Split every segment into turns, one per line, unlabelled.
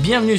Bienvenue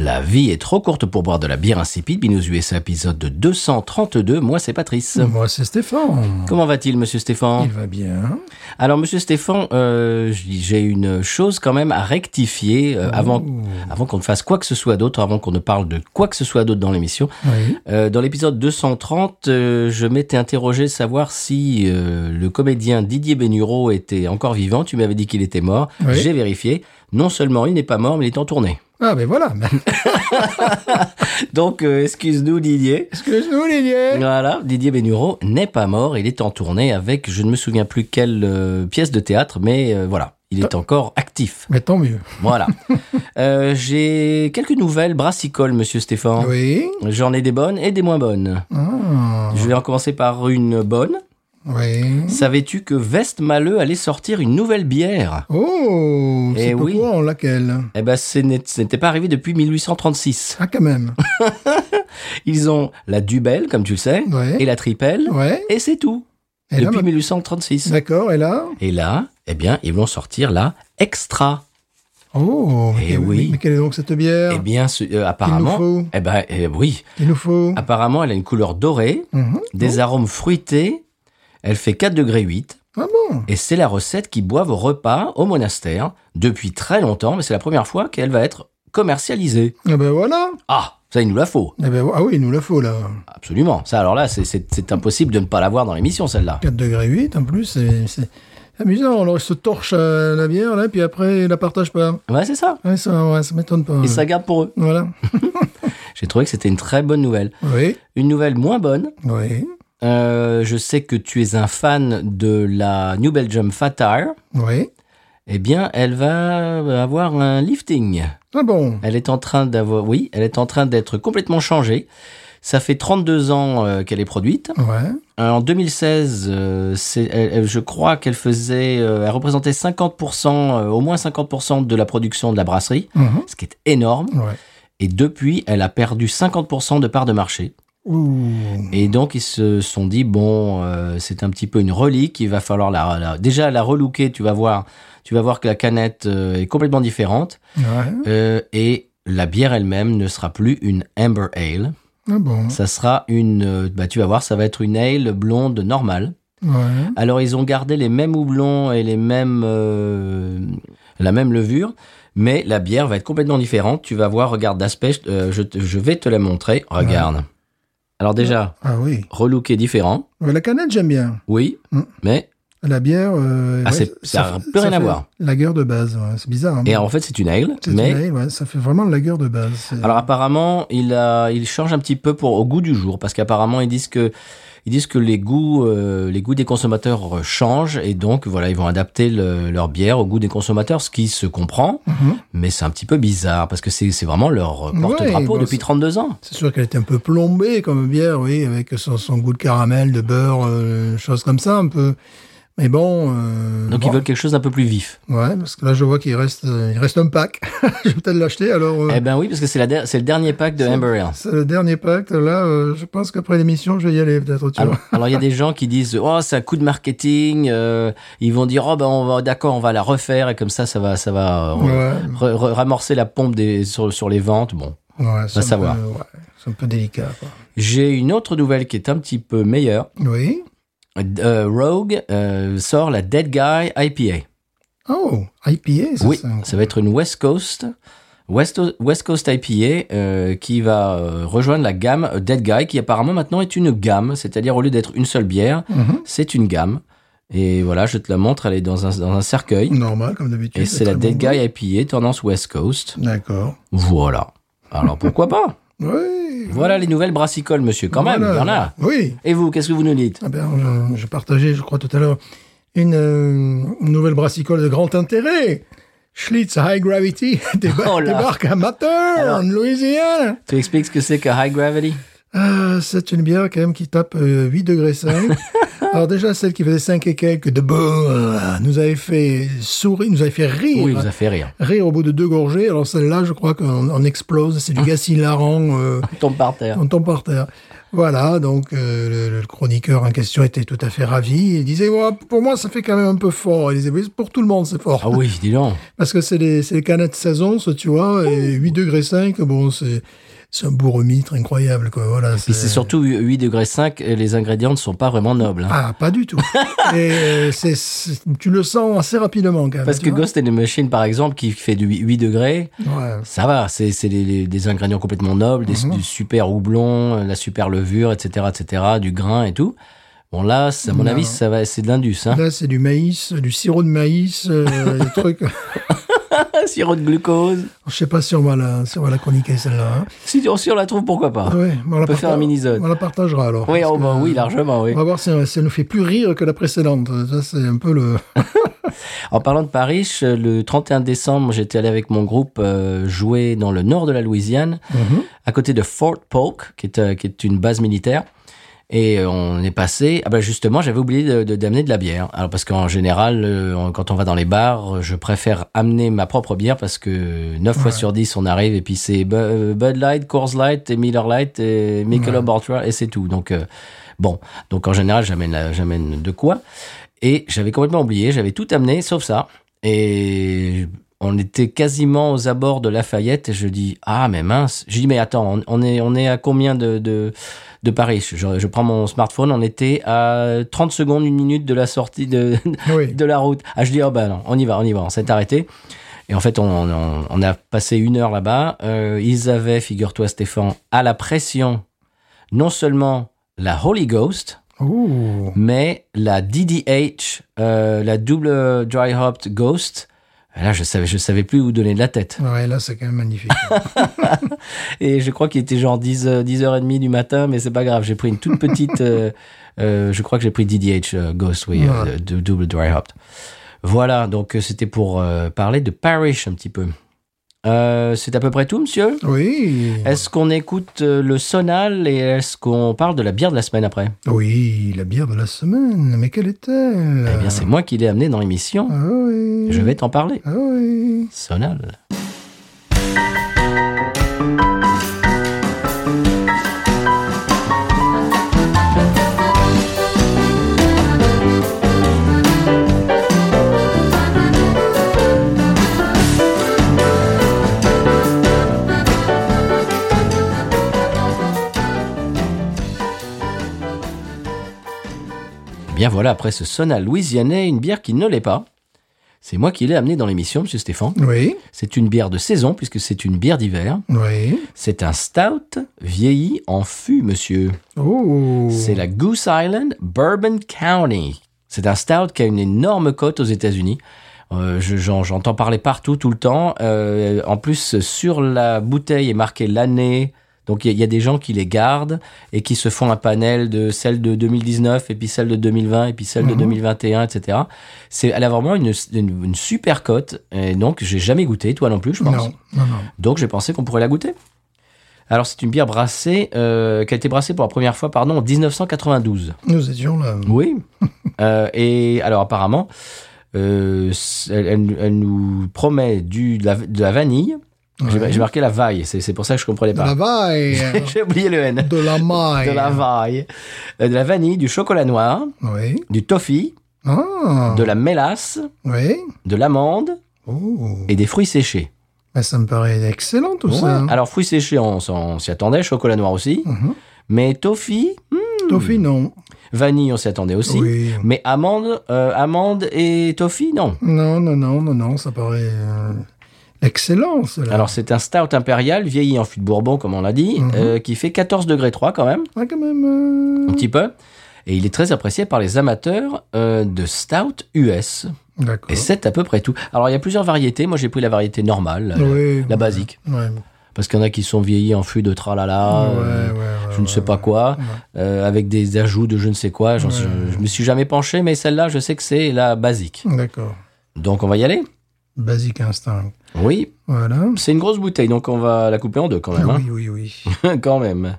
La vie est trop courte pour boire de la bière insipide. Binous USA, épisode 232. Moi, c'est Patrice.
Moi, c'est Stéphane.
Comment va-t-il, monsieur Stéphane
Mmh. Il va bien.
Alors, monsieur Stéphane, euh, j- j'ai une chose quand même à rectifier euh, avant, avant qu'on ne fasse quoi que ce soit d'autre, avant qu'on ne parle de quoi que ce soit d'autre dans l'émission.
Oui.
Euh, dans l'épisode 230, euh, je m'étais interrogé de savoir si euh, le comédien Didier Bénureau était encore vivant. Tu m'avais dit qu'il était mort.
Oui.
J'ai vérifié. Non seulement il n'est pas mort, mais il est en tournée.
Ah, ben voilà. Ben,
Donc, euh, excuse-nous, Didier.
Est-ce que je nous, Lilier
Voilà, Didier Bénureau n'est pas mort, il est en tournée avec, je ne me souviens plus quelle euh, pièce de théâtre, mais euh, voilà, il est encore actif.
Mais tant mieux.
Voilà. Euh, J'ai quelques nouvelles brassicoles, monsieur Stéphane.
Oui.
J'en ai des bonnes et des moins bonnes.
Ah,
Je vais en commencer par une bonne.
oui.
Savais-tu que Vestmaleux allait sortir une nouvelle bière
Oh,
Eh
c'est pas
oui.
courant, laquelle
Eh ben, ce n'est- ce n'était pas arrivé depuis 1836.
Ah, quand même.
Ils ont la Dubel, comme tu le sais,
Ouais.
et la Tripel,
Ouais.
et c'est tout.
Et là,
depuis
ma-
1836.
D'accord, et là
Et là, eh bien, ils vont sortir la extra.
Oh, mais,
Eh
que-
oui.
mais quelle est donc cette bière
Eh bien, ce- euh,
Il nous
apparemment,
faut.
eh ben, eh oui,
Il nous faut.
apparemment, elle a une couleur dorée,
Mhm.
des arômes fruités. Elle fait 4 degrés 8
Ah bon
et c'est la recette qu'ils boivent au repas au monastère depuis très longtemps, mais c'est la première fois qu'elle va être commercialisée.
Eh ben voilà.
Ah, ça il nous la faut,
Eh ben, ah oui, il nous la faut, là.
absolument. Ça alors là, c'est- c'est c'est impossible de ne pas l'avoir dans l'émission celle-là.
4 degrés 8, en plus, c'est- c'est amusant. Alors, ils se torchent à la bière, là, puis après, ils la partagent pas.
Ouais, c'est ça.
Ouais, ça, ouais, ça m'étonne pas.
Ils se la gardent pour eux.
Voilà.
J'ai trouvé que c'était une très bonne nouvelle.
Oui,
Une nouvelle moins bonne.
oui,
Euh, je sais que tu es un fan de la New Belgium Fat Tire.
oui.
Eh bien, elle va avoir un lifting.
Ah bon
Elle est en train d'avoir, oui, elle est en train d'être complètement changée. Ça fait 32 ans euh, qu'elle est produite.
Ouais.
Euh, en 2016, euh, c'est- elle- elle- je crois qu'elle faisait, euh, elle représentait 50%, euh, au moins 50% de la production de la brasserie,
Mhm.
ce qui est énorme.
Ouais.
Et depuis, elle a perdu 50% de part de marché.
Ouh.
Et donc ils se sont dit bon, euh, c'est un petit peu une relique, il va falloir la, la- déjà la relooker. Tu vas voir, tu vas voir que la canette euh, est complètement différente
Ouais. ah
Euh, et la bière elle-même ne sera plus une amber ale.
Ah bon
Ça sera une, euh, bah tu vas voir, ça va être une ale blonde normale.
Ouais.
Alors ils ont gardé les mêmes houblons et les mêmes, euh, la même levure. Mais la bière va être complètement différente. Tu vas voir, regarde d'aspect, je- euh, je, te- je vais te la montrer. Regarde. Alors déjà,
Ah oui.
relooké différent.
Ouais, La canette, j'aime bien.
Oui,
Mm.
mais
La bière. euh,
Ah, c'est- ça a
fait-
plus rien à
fait
voir.
Lagueur de base, ouais. c'est bizarre. hein.
et en fait c'est une aigle.
C'est une
Mais
ale, ouais, ça fait vraiment lagueur de base. c'est-
alors apparemment il a, il change un petit peu pour au goût du jour parce qu'apparemment ils disent que ils disent que les goûts euh, les goûts des consommateurs euh, changent et donc voilà ils vont adapter le- leur bière au goût des consommateurs ce qui se comprend
Mhm.
mais c'est un petit peu bizarre parce que c'est c'est vraiment leur
Ouais,
porte-drapeau
bah,
depuis
c'est-
32 ans.
C'est sûr qu'elle était un peu plombée comme bière, oui, avec son, son goût de caramel, de beurre, euh, choses comme ça, un peu. Mais bon. euh,
Donc
bon.
ils veulent quelque chose d'un peu plus vif.
Ouais, parce que là, je vois qu'il reste, euh, il reste un pack. je vais peut-être l'acheter, alors. euh,
Eh ben oui parce que c'est la der- c'est le dernier pack de Amber Ale.
C'est le dernier pacte. Là, euh, je pense qu'après l'émission, je vais y aller peut-être. Tu
Alors,
vois.
alors, il y a des gens qui disent oh c'est un coup de marketing, euh, ils vont dire oh ben on va d'accord on va la refaire et comme ça ça va ça va euh,
Ouais,
re- re- ramorcer la pompe des, sur, sur les ventes. Bon,
ouais, c'est un
savoir.
peu- ouais, c'est un peu délicat. quoi.
j'ai une autre nouvelle qui est un petit peu meilleure.
Oui.
Euh, Rogue euh, sort la Dead Guy IPA.
Oh, IPA, c'est
oui,
ça.
ça va être une West Coast. West, West Coast IPA euh, qui va euh, rejoindre la gamme Dead Guy qui apparemment maintenant est une gamme, c'est-à-dire au lieu d'être une seule bière,
Mhm.
c'est une gamme. Et voilà, je te la montre, elle est dans un, dans un cercueil.
Normal, comme d'habitude.
Et c'est la
très
Dead
bon.
Guy IPA, tendance West Coast.
D'accord.
Voilà. Alors pourquoi pas
Oui.
Voilà les nouvelles brassicoles, monsieur, quand même, il y en a.
Oui.
Et vous, qu'est-ce que vous nous dites
Ah ben, euh, je, je partageais, je crois, tout à l'heure, une euh, nouvelle brassicole de grand intérêt. Schlitz High Gravity déba-
Oh là.
débarque à Mather,
Alors.
en Louisiane.
Tu expliques ce que c'est que High Gravity
Ah, c'est une bière quand même qui tape euh, 8 degrés 5. Alors déjà, celle qui faisait 5 et quelques de beurre nous avait fait sourire, nous avait fait rire.
Oui, il vous a fait rire.
Rire au bout de deux gorgées. Alors celle-là, je crois qu'on on explose. C'est du gaz hilarant. euh,
Il tombe par terre.
on tombe par terre. Voilà, donc euh, le, le chroniqueur en question était tout à fait ravi. Il disait, Ouais, pour moi, ça fait quand même un peu fort. Il disait, oui, pour tout le monde, c'est fort.
Ah oui, dis donc.
Parce que c'est les, c'est les canettes saison, ça, tu vois, et
Oh.
8 degrés 5, bon, c'est, c'est un bourre-mitre incroyable, quoi. Voilà,
Puis c'est surtout 8 degrés 5 et les ingrédients ne sont pas vraiment nobles. hein.
Ah, pas du tout. et euh, c'est, c'est- tu le sens assez rapidement, quand même.
Parce
bah, tu
que
vois.
Ghost in the Machine, par exemple, qui fait du 8 degrés,
Ouais.
ça va. C'est c'est des- des- des ingrédients complètement nobles, des,
Mhm.
du super houblon, euh, la super levure, etc., etc., du grain et tout. Bon, là, c'est- à mon
Non.
avis, ça va, c'est de l'indus. Hein.
Là, c'est du maïs, du sirop de maïs, euh, des trucs.
Sirop de glucose.
Je sais pas si on va la, si on va la chroniquer, celle-là. hein.
Si, si on la trouve, pourquoi pas
Ah Ouais, mais on, la
peut faire
parta-
un mini-zode.
On la partagera alors.
Oui,
parce
oh,
que,
bah oui,
euh,
largement, oui.
On va voir si, si elle nous fait plus rire que la précédente. Ça, c'est un peu le.
En parlant de Paris, je- le 31 décembre, j'étais allé avec mon groupe euh, jouer dans le nord de la Louisiane, à côté de Fort Polk, qui est, euh, qui est une base militaire. Et euh, on est passé. Ah ben justement, j'avais oublié de- de- d'amener de, la bière. Alors parce qu'en général, euh, on- quand on va dans les bars, euh, je préfère amener ma propre bière parce que 9 fois sur 10, on arrive et puis c'est Bu- euh, Bud Light, Coors Light, et Miller Light, et Michelob Ultra et c'est tout. Donc euh, bon, donc en général, j'amène la- j'amène de quoi. Et j'avais complètement oublié, j'avais tout amené sauf ça. Et on était quasiment aux abords de Lafayette. Et je dis ah mais mince. Je dis mais attends, on, on est on est à combien de de, de Paris je, je prends mon smartphone. On était à 30 secondes, une minute de la sortie de
Oui.
de la route. Ah je dis oh ben non, on y va, on y va. On s'est arrêté. Et en fait, on, on, on a passé une heure là-bas. Euh, ils avaient, figure-toi Stéphane, à la pression, non seulement la Holy Ghost,
Ouh.
mais la DDH, euh, la double dry hopped Ghost, là je savais, je savais plus où donner de la tête.
Ouais, là, c'est quand même magnifique.
Et je crois qu'il était genre 10, euh, 10h30 du matin, mais c'est pas grave, j'ai pris une toute petite, euh, euh, je crois que j'ai pris DDH euh, Ghost, oui, euh,
Ouais.
de- double dry hopped. Voilà, donc euh, c'était pour euh, parler de Parish un petit peu. Euh, c'est à peu près tout, monsieur
oui.
Est-ce qu'on écoute euh, le sonal et est-ce qu'on parle de la bière de la semaine après
Oui, la bière de la semaine. Mais quelle est-elle
Eh bien, c'est moi qui l'ai amené dans l'émission.
Ah oui.
Je vais t'en parler.
Ah oui.
Sonal. Eh Bien voilà, après ce sonal louisianais, une bière qui ne l'est pas. C'est moi qui l'ai amenée dans l'émission, Monsieur Stéphane.
Oui.
C'est une bière de saison, puisque c'est une bière d'hiver.
Oui.
C'est un stout vieilli en fût, monsieur.
Oh.
C'est la Goose Island Bourbon County. C'est un stout qui a une énorme cote aux États-Unis. Euh, je- j'en- J'entends parler partout, tout le temps. Euh, en plus, sur la bouteille est marqué l'année. Donc, il y, a- il y a des gens qui les gardent et qui se font un panel de celle de 2019, et puis celle de 2020, et puis celle de
Mhm.
2021, etc. C'est- Elle a vraiment une, une- une super cote. Et donc, j'ai jamais goûté, toi non plus, je pense.
Non, non, non.
Donc j'ai pensé qu'on pourrait la goûter. Alors c'est une bière brassée, euh, qui a été brassée pour la première fois, pardon, en 1992.
Nous étions là.
Oui. Euh, et alors apparemment, euh, c- elle, elle- elle nous promet du, de, la, de la vanille. J'ai-
Ouais.
J'ai marqué la vaille, c'est c'est pour ça que je comprenais
De la
pas.
vaille.
J'ai oublié le N.
de la maille.
De la vaille. Euh, de la vanille, du chocolat noir,
Oui.
du toffee,
Ah.
de la mélasse,
Oui.
de l'amande
Oh.
et des fruits séchés.
Mais ça me paraît excellent, tout
Ouais. Ah.
ça.
Alors fruits séchés, on, s'en- on s'y attendait, chocolat noir aussi.
Mhm.
Mais toffee,
Toffee, Mmh. non.
Vanille, on s'y attendait aussi.
Oui.
Mais amande, euh, amande et toffee, non.
Non, non, non, non, non, ça paraît euh, excellent, cela.
Alors c'est un stout impérial vieilli en fût de Bourbon, comme on l'a dit,
Mhm.
euh, qui fait 14 degrés 3 quand même,
Ah, quand même. euh,
un petit peu. Et il est très apprécié par les amateurs euh, de stout US.
D'accord.
Et c'est à peu près tout. Alors il y a plusieurs variétés. Moi j'ai pris la variété normale, la-
Oui,
euh, la
ouais.
basique,
Ouais,
parce qu'il y en a qui sont vieillis en fût de tralala. euh,
ouais, ouais, ouais,
je ne sais
ouais,
pas
ouais.
quoi, euh, avec des ajouts de je ne sais quoi. J'en sais-
Ouais.
Je, je me suis jamais penché, mais celle-là, je sais que c'est la basique.
D'accord.
Donc on va y aller.
Basic Instinct.
Oui,
Voilà.
c'est une grosse bouteille, donc on va la couper en deux quand même. hein.
Oui, oui, oui.
quand même.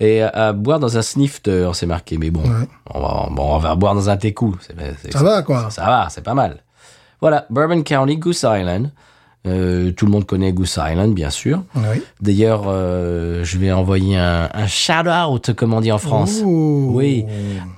Et à, à boire dans un snifter, c'est marqué. Mais bon,
Ouais.
on, va, bon, on va boire dans un técou. C'est- c'est-
Ça va, quoi.
Ça va, c'est pas mal. Voilà, Bourbon County, Goose Island. Euh, tout le monde connaît Goose Island, bien sûr.
Oui.
D'ailleurs, euh, je vais envoyer un, un shout-out, comme on dit en France,
Ouh.
Oui.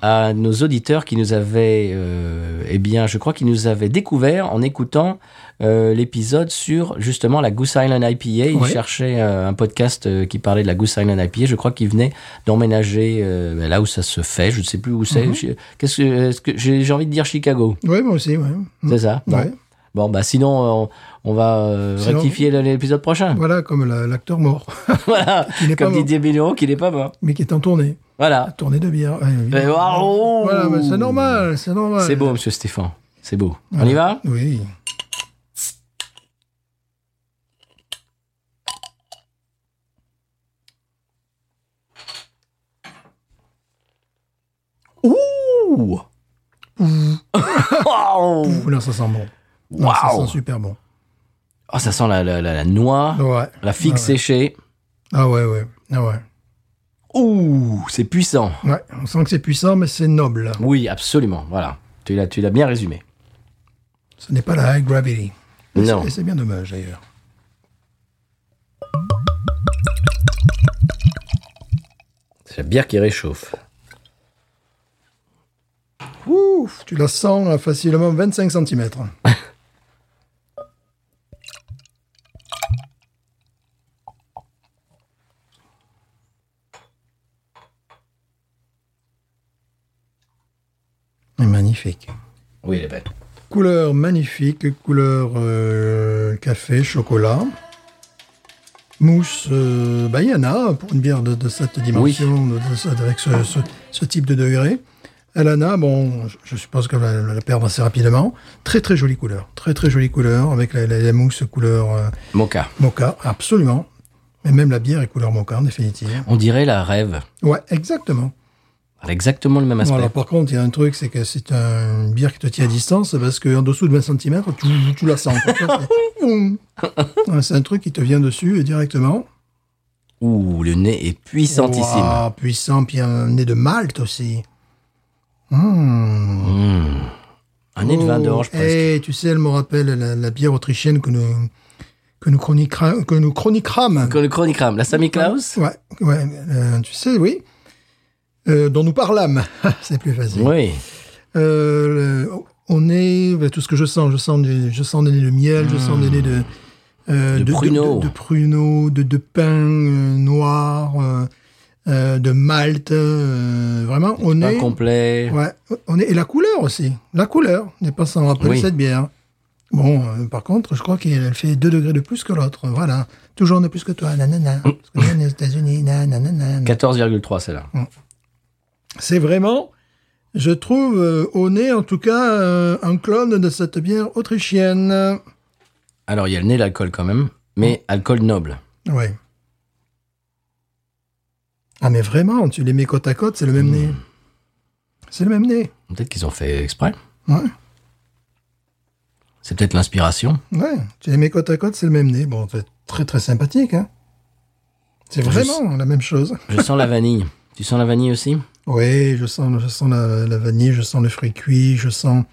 à nos auditeurs qui nous avaient, euh, eh bien, je crois qu'ils nous avaient découvert en écoutant euh, l'épisode sur justement la Goose Island IPA. Ils
Ouais.
cherchaient euh, un podcast euh, qui parlait de la Goose Island IPA. Je crois qu'ils venaient d'emménager euh, ben, là où ça se fait. Je ne sais plus où
Mhm.
c'est. Je- Qu'est-ce que, est-ce que j'ai j'ai envie de dire Chicago
Oui, moi aussi, oui.
C'est ça Bon.
Mm. Ouais.
Bon, bah sinon, euh, on, on va euh,
Sinon-
rectifier le- l'épisode prochain.
Voilà, comme la- l'acteur mort,
voilà,
Qui n'est pas
comme
mort.
Didier Bélion, qui n'est pas mort.
mais qui est en tournée.
Voilà.
Tournée de bière. Ouais, oui.
Et waouh
Voilà, mais c'est normal, c'est normal.
C'est beau, monsieur Stéphane. C'est beau. On y va
Oui.
Ouh Oh, Waouh
Ouf, là, ça sent bon. Non, Ça
Waouh
sent super bon.
Oh, ça sent la, la, la, la noix,
Ouais.
la figue
Ah ouais.
séchée.
Ah ouais, ouais. Ah ouais.
Ouh, c'est puissant.
Ouais, on sent que c'est puissant, mais c'est noble.
Oui, absolument. Voilà. Tu l'as, tu l'as bien résumé.
Ce n'est pas la high gravity. Et
Non.
c'est- Et c'est bien dommage, d'ailleurs.
C'est la bière qui réchauffe.
Ouf, tu la sens à facilement 25 cm. Magnifique.
Oui, elle est belle.
Couleur magnifique, couleur euh, café, chocolat. Mousse, euh, bah, il y en a pour une bière de, de cette dimension, de- de ce- avec ce, ce- ce type de degré. Elle en a, bon, je, je suppose qu'on va la, la perdre assez rapidement. Très très jolie couleur, très très jolie couleur, avec la, la- la mousse couleur euh,
Mocha.
mocha, absolument. Mais même la bière est couleur mocha en définitive.
On dirait la rêve.
Ouais, exactement.
Elle a exactement le même aspect.
Bon, alors, par contre, il y a un truc, c'est que c'est un- une bière qui te tient à distance parce qu'en dessous de 20 cm, tu, tu la sens.
Ah
quoi. C'est- Ouais, c'est un truc qui te vient dessus et directement.
Ouh, le nez est puissantissime.
Ouah, puissant, puis un nez de Malte aussi.
Mmh. Un nez de vin d'orge presque.
Et Oh, eh, tu sais, elle me rappelle la, la bière autrichienne que nous, que nous, chroniquera- que nous chroniquerâmes.
Que Le chronigramme, la Sammy Klaus
Ouais, ouais, euh, tu sais, oui. Euh, dont nous parlâmes. c'est plus facile.
Oui.
Euh, le- on est bah, tout ce que je sens. Je sens des, je sens des nez de miel, je sens des nez de euh,
De pruneaux.
de, de pruneaux, de, de pain euh, noir, euh, euh, de malt. euh, vraiment, on
Pas
est,
complet.
ouais, on est et la couleur aussi. La couleur n'est pas sans rappeler
Oui.
cette bière. Bon, euh, par contre, je crois qu'elle fait 2 degrés de plus que l'autre. Voilà, toujours de plus que toi.
Mm.
Nanana. Parce que nous, on est aux États-Unis. nanana.
14,3 celle-là.
C'est vraiment, je trouve, euh, au nez en tout cas, euh, un clone de cette bière autrichienne.
Alors il y a le nez d'alcool quand même, mais alcool noble.
Oui. Ah mais vraiment, tu les mets côte à côte, c'est le même nez. C'est le même nez.
Peut-être qu'ils ont fait exprès.
Ouais.
C'est peut-être l'inspiration.
Ouais, tu les mets côte à côte, c'est le même nez. Bon, c'est très très sympathique. Hein c'est vraiment la même chose.
Je sens la vanille. Tu sens la vanille aussi
Oui, je sens, je sens la, la vanille, je sens le fruit cuit, je sens,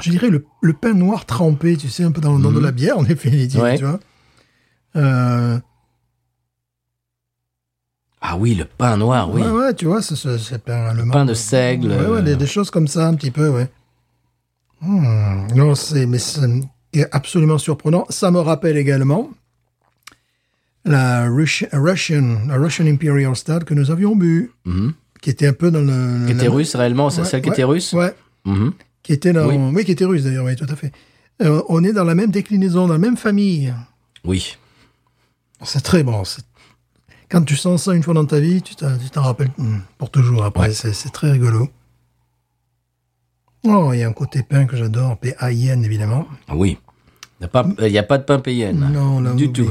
je dirais le, le pain noir trempé, tu sais, un peu dans, dans de la bière, en effet,
Mhm. Ouais.
tu vois. Euh,
Ah oui, le pain noir, oui.
Ouais, ouais, tu vois, c'est ce, ce pain allemand.
Pain de seigle.
Ouais, ouais,
euh,
des, des choses comme ça, un petit peu, ouais. Hmm, non, c'est mais c'est absolument surprenant. Ça me rappelle également la Rush- Russian, la Russian Imperial Stout que nous avions bu,
mhm.
qui était un peu dans le.
Qui était
la-
russe réellement, c'est
Ouais,
celle qui
ouais,
était russe
Ouais,
Mhm.
qui était dans.
Oui.
Oui, qui était russe d'ailleurs, oui, tout à fait. Euh, on est dans la même déclinaison, dans la même famille.
Oui.
C'est très bon. c'est- Quand tu sens ça une fois dans ta vie, tu t'en tu t'en rappelles hmm, pour toujours après. C'est c'est très rigolo. Oh, il y a un côté pain que j'adore, P-A-I-N évidemment.
Ah Oui. Il n'y a, pas- il y a pas de pain payenne.
Non, là, on
Du
oublie.
tout.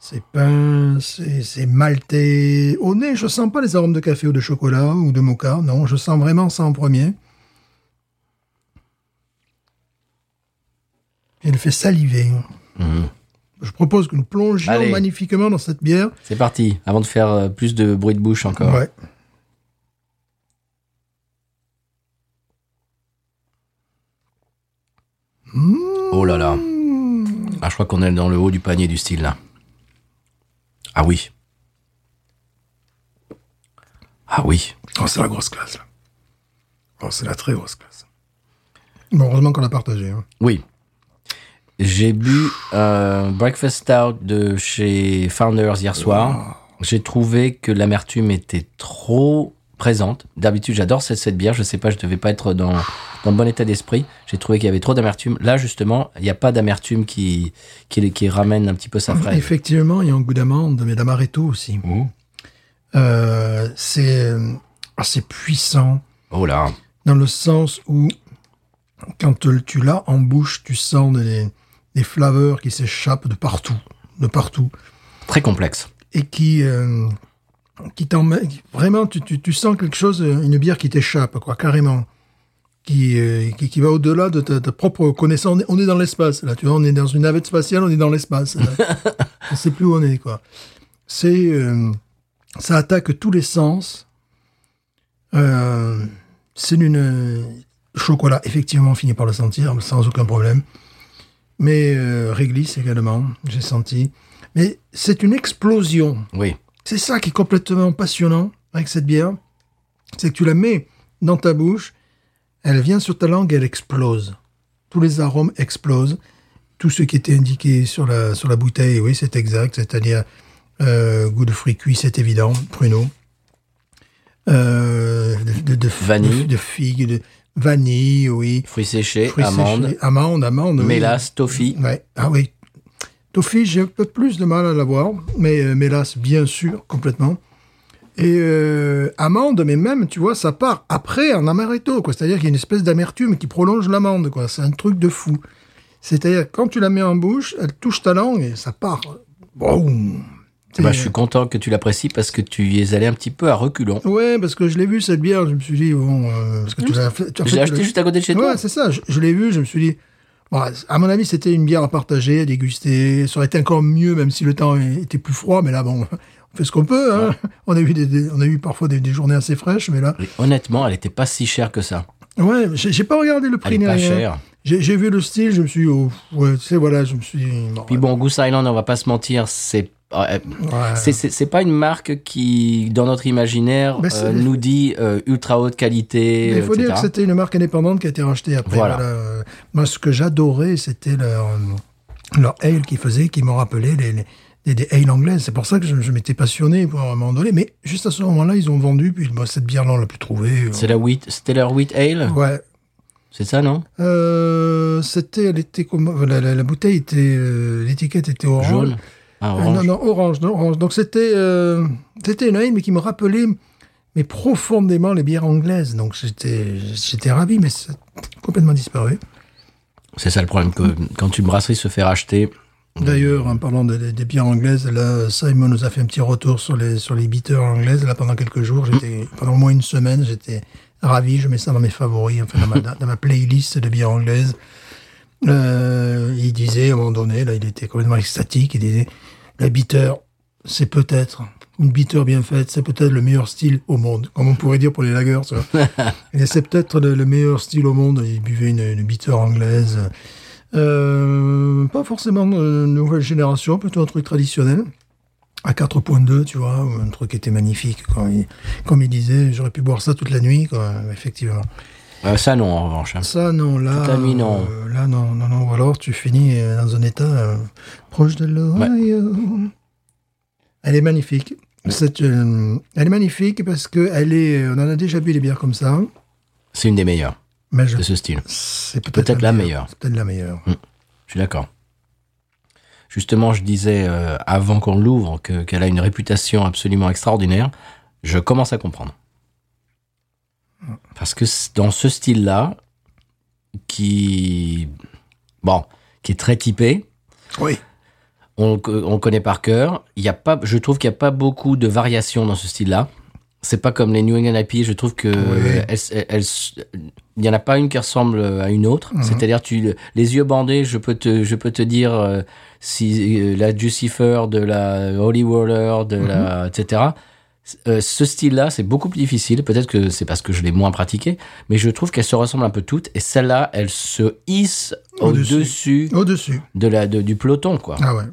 C'est pain, c'est c'est maltais. Au nez, je sens pas les arômes de café ou de chocolat ou de mocha. Non, je sens vraiment ça en premier. Elle fait saliver.
Mhm.
Je propose que nous plongions
Allez.
magnifiquement dans cette bière.
C'est parti, avant de faire euh, plus de bruit de bouche encore.
Ouais.
Oh là là. Ah, je crois qu'on est dans le haut du panier du style là. Ah oui. Ah oui.
Oh, c'est la grosse classe, là. Oh, c'est la très grosse classe. Bon, heureusement qu'on l'a partagé. hein.
Oui. J'ai bu un breakfast stout de chez Founders hier soir. J'ai trouvé que l'amertume était trop présente. D'habitude, j'adore cette, cette bière. Je sais pas, je devais pas être dans, dans le bon état d'esprit. J'ai trouvé qu'il y avait trop d'amertume. Là, justement, il n'y a pas d'amertume qui, qui, qui ramène un petit peu sa fraise.
Effectivement, il y a un goût d'amande, mais d'amaretto aussi.
Oh.
Euh, c'est euh, assez puissant
Oh là.
dans le sens où, quand tu tu l'as en bouche, tu sens des, des flaveurs qui s'échappent de partout, de partout,
Très complexe.
et qui, euh, qui t'emmènent. Vraiment, tu, tu, tu sens quelque chose, euh, une bière qui t'échappe, quoi, carrément. Qui, euh, qui, qui va au-delà de ta, ta propre connaissance. On est, on est dans l'espace, là, tu vois, on est dans une navette spatiale, on est dans l'espace. là. on sait plus où on est, quoi. C'est. euh, ça attaque tous les sens. Euh, c'est une euh, chocolat. Effectivement, on finit par le sentir sans aucun problème. Mais euh, réglisse également, j'ai senti. Mais c'est une explosion.
Oui.
C'est ça qui est complètement passionnant avec cette bière. C'est que tu la mets dans ta bouche, elle vient sur ta langue, elle explose. Tous les arômes explosent. Tout ce qui était indiqué sur la, sur la bouteille, oui, c'est exact. C'est-à-dire euh, goût de fruits cuits, c'est évident, pruneau. Euh, de, de- de-
Vanille.
De, de figues, de vanille, oui.
Fruits séchés,
Fruits
amandes,
séchés, amandes, amandes, oui.
mélasse, toffee.
Ouais. Ah oui. Toffee, j'ai un peu plus de mal à l'avoir, mais euh, mélasse, bien sûr, complètement. Et euh, amande, mais même, tu vois, ça part après en amaretto, quoi. C'est-à-dire qu'il y a une espèce d'amertume qui prolonge l'amande, quoi. C'est un truc de fou. C'est-à-dire, quand tu la mets en bouche, elle touche ta langue et ça part. Boum.
Eh ben, je suis content que tu l'apprécies parce que tu y es allé un petit peu à reculons.
Ouais, parce que je l'ai vu cette bière, je me suis dit, bon, euh, parce que tu l'as fait. tu as
Mmh. Je l'ai
fait- tu
acheté
l'as-
juste à côté de chez toi.
Ouais, c'est ça. Je, je l'ai vu, je me suis dit. bon, à mon avis, c'était une bière à partager, à déguster. Ça aurait été encore mieux, même si le temps était plus froid. Mais là, bon, on fait ce qu'on peut. hein. On a eu des, des- on a eu parfois des, des journées assez fraîches, mais là,
Et honnêtement, elle n'était pas si chère que ça.
ouais, j'ai j'ai pas regardé le
Elle
prix.
est
ni
pas
rien.
chère.
J'ai j'ai vu le style, je me suis, dit, oh, ouais, tu sais, voilà, je me suis, dit, bon,
Puis bon, Goose Island, on va pas se mentir, c'est euh,
ouais.
c'est- c'est c'est pas une marque qui, dans notre imaginaire,
Mais Bah, c'est-
euh, nous dit euh, ultra haute qualité,
Il faut dire
etc.
que c'était une marque indépendante qui a été rachetée après.
Voilà.
euh, Moi, ce que j'adorais, c'était leur, euh, leur ale qu'ils faisaient, qui me rappelait les, les, des- des ales anglaises. C'est pour ça que je, je m'étais passionné pour un moment donné. Mais juste à ce moment-là, ils ont vendu, puis bon, cette bière-là, on l'a plus trouvée. euh,
C'est la wheat, c'était leur wheat ale,
Ouais.
c'est ça, non
Euh, c'était, elle était comme, la, la- la bouteille était, euh, l'étiquette était orange.
Jaune, ah,
Euh,
orange.
non, non, orange, non, orange. Donc c'était, euh, c'était une ale, mais qui me rappelait, mais profondément les bières anglaises. Donc j'étais, j'étais ravi, mais c'est complètement disparu.
C'est ça le problème que quand une brasserie se fait racheter,
D'ailleurs, en parlant des, des- des bières anglaises, là, Simon nous a fait un petit retour sur les, sur les beaters anglaises. Là, pendant quelques jours, j'étais, pendant au moins une semaine, j'étais ravi. Je mets ça dans mes favoris, enfin, dans ma, dans ma playlist de bières anglaises. Euh, il disait, à un moment donné, là, il était complètement extatique. Il disait, la bitter, c'est peut-être, une bitter bien faite, c'est peut-être le meilleur style au monde. Comme on pourrait dire pour les lagers, tu vois. Et c'est peut-être le, le meilleur style au monde. Il buvait une, une bitter anglaise. Euh, pas forcément euh, nouvelle génération, plutôt un truc traditionnel. À 4.2, tu vois, ou un truc qui était magnifique. Quand il, comme il disait, j'aurais pu boire ça toute la nuit, quoi, effectivement.
euh, ça non en revanche. hein.
Ça, non, là.
Toute la nuit, non.
euh, là, non, non, non. Ou alors, tu finis euh, dans un état euh, proche de l'Ohio. Elle est magnifique. C'est une- Elle est magnifique parce que elle est. euh, On en a déjà bu des bières comme ça,
C'est une des meilleures
mais je.
de ce style.
C'est peut-être
Peut-être la meilleure.
C'est peut-être la meilleure.
Je suis d'accord. Justement, je disais euh, avant qu'on l'ouvre que- qu'elle a une réputation absolument extraordinaire. Je commence à comprendre. Parce que c- dans ce style-là, qui bon, qui est très typé,
Oui.
on, le co- on le connaît par cœur. Il y a pas, je trouve qu'il n'y a pas beaucoup de variations dans ce style-là. C'est pas comme les New England IPA, je trouve que
Oui.
elles- elles- il n'y en a pas une qui ressemble euh, à une autre.
Mhm.
C'est-à-dire, tu les yeux bandés, je peux te, je peux te dire euh, si euh, la Jucifer, de la Holy Roller, de
Mhm.
la, etc. Euh, ce style-là, c'est beaucoup plus difficile. Peut-être que c'est parce que je l'ai moins pratiqué, mais je trouve qu'elles se ressemblent un peu toutes. Et celle-là, elle se hisse
Au-dessus.
au-dessus
Au-dessus.
de la de- du peloton, quoi.
Ah ouais.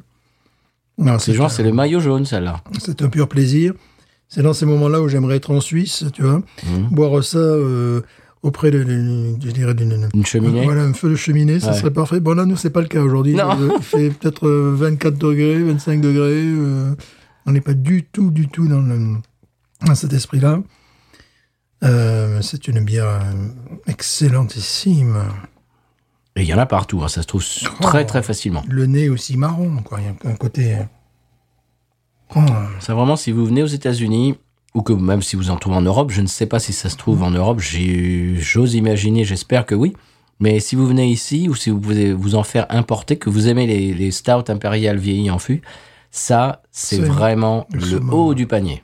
Non,
Ces gens, c'est le maillot jaune, celle-là.
C'est un pur plaisir. C'est dans ces moments-là où j'aimerais être en Suisse, tu vois.
Mhm.
Boire ça euh, auprès de- de- je dirais d'une.
Une cheminée.
Voilà, un feu de cheminée, ça
Ouais.
serait parfait. Bon, là, nous, c'est pas le cas aujourd'hui.
Non.
Euh, Il fait peut-être euh, 24 degrés, 25 degrés. euh, on n'est pas du tout, du tout dans, le- dans cet esprit-là. Euh, c'est une bière euh, excellentissime.
Et il y en a partout. hein. Ça se trouve
Oh.
s- très très facilement.
Le nez aussi marron, quoi. Il y a un côté. euh, Oh,
Ça vraiment, si vous venez aux États-Unis ou que même si vous en trouvez en Europe, je ne sais pas si ça se trouve en Europe. j'ai- J'ose imaginer, j'espère que oui. Mais si vous venez ici ou si vous pouvez vous en faire importer, que vous aimez les, les stouts impériales vieillies en fût, ça c'est
C'est
vraiment le
absolument.
haut du panier.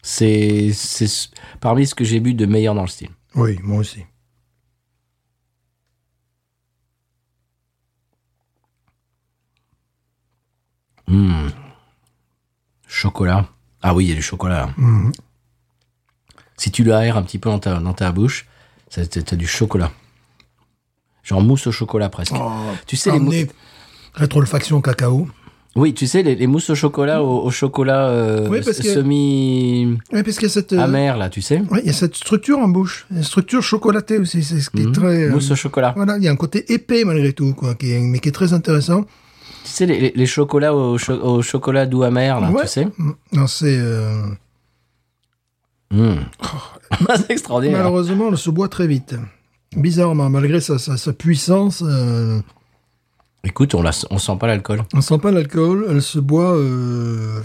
C'est c'est s- parmi ce que j'ai bu de meilleur dans le style.
oui, moi aussi.
Hmm. Chocolat. Ah oui, il y a du chocolat. hein.
Mhm.
Si tu l'aères un petit peu dans ta, dans ta bouche, ça- t'as t'as du chocolat. Genre mousse au chocolat presque.
Oh,
Tu sais, les mou-
amener rétrofaction cacao.
Oui, tu sais, les, les mousses au chocolat, au, au chocolat euh,
Oui, parce que-
semi-amer,
Oui, parce qu'il y a cette. euh,
là, tu sais.
ouais, il y a cette structure en bouche, une structure chocolatée aussi, c'est ce qui
Mhm.
est très. euh,
Mousse au chocolat.
Voilà, il y a un côté épais malgré tout, quoi, qui est- mais qui est très intéressant.
Tu sais, les, les- les chocolats au, cho- au chocolat doux amer, là,
Ouais.
Ah, tu sais.
Mm. Non, c'est euh,
Hmm. C'est extraordinaire.
malheureusement, on se boit très vite. Bizarrement, malgré sa, sa- sa puissance, euh,
Écoute, on, la s- on sent pas l'alcool.
on sent pas l'alcool. Elle se boit, euh,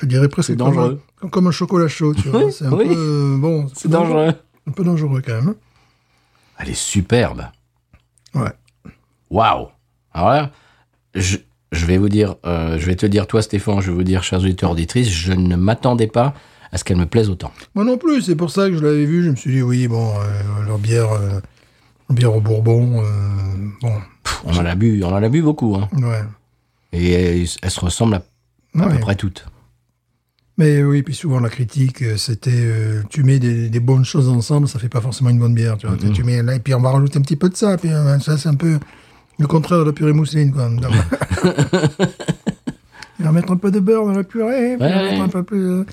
je dirais presque
C'est
comme un,
dangereux.
comme, comme un chocolat chaud. Tu vois,
Oui,
c'est un
oui.
peu euh, bon,
C'est dangereux.
un peu dangereux quand même.
Elle est superbe.
Ouais.
Waouh Alors là, je, je vais vous dire, euh, je vais te dire, toi Stéphane, je vais vous dire, chers auditeurs, auditrices, je ne m'attendais pas à ce qu'elle me plaise autant.
Moi non plus, c'est pour ça que je l'avais vu. Je me suis dit, oui, bon, euh, leur bière, euh, leur bière au Bourbon, euh, bon,
Pff, on en a bu, on en a bu beaucoup, hein.
ouais.
Et elles, elles se ressemblent à, à
Ouais.
peu près toutes.
Mais oui, puis souvent la critique, euh, c'était euh, tu mets des, des bonnes choses ensemble, ça fait pas forcément une bonne bière. Tu vois, tu mets là, et puis on va rajouter un petit peu de ça, puis euh, ça c'est un peu le contraire de la purée mousseline. Quoi. Donc, il va mettre un peu de beurre dans la purée,
Ouais,
puis il va mettre
ouais.
un peu plus. euh.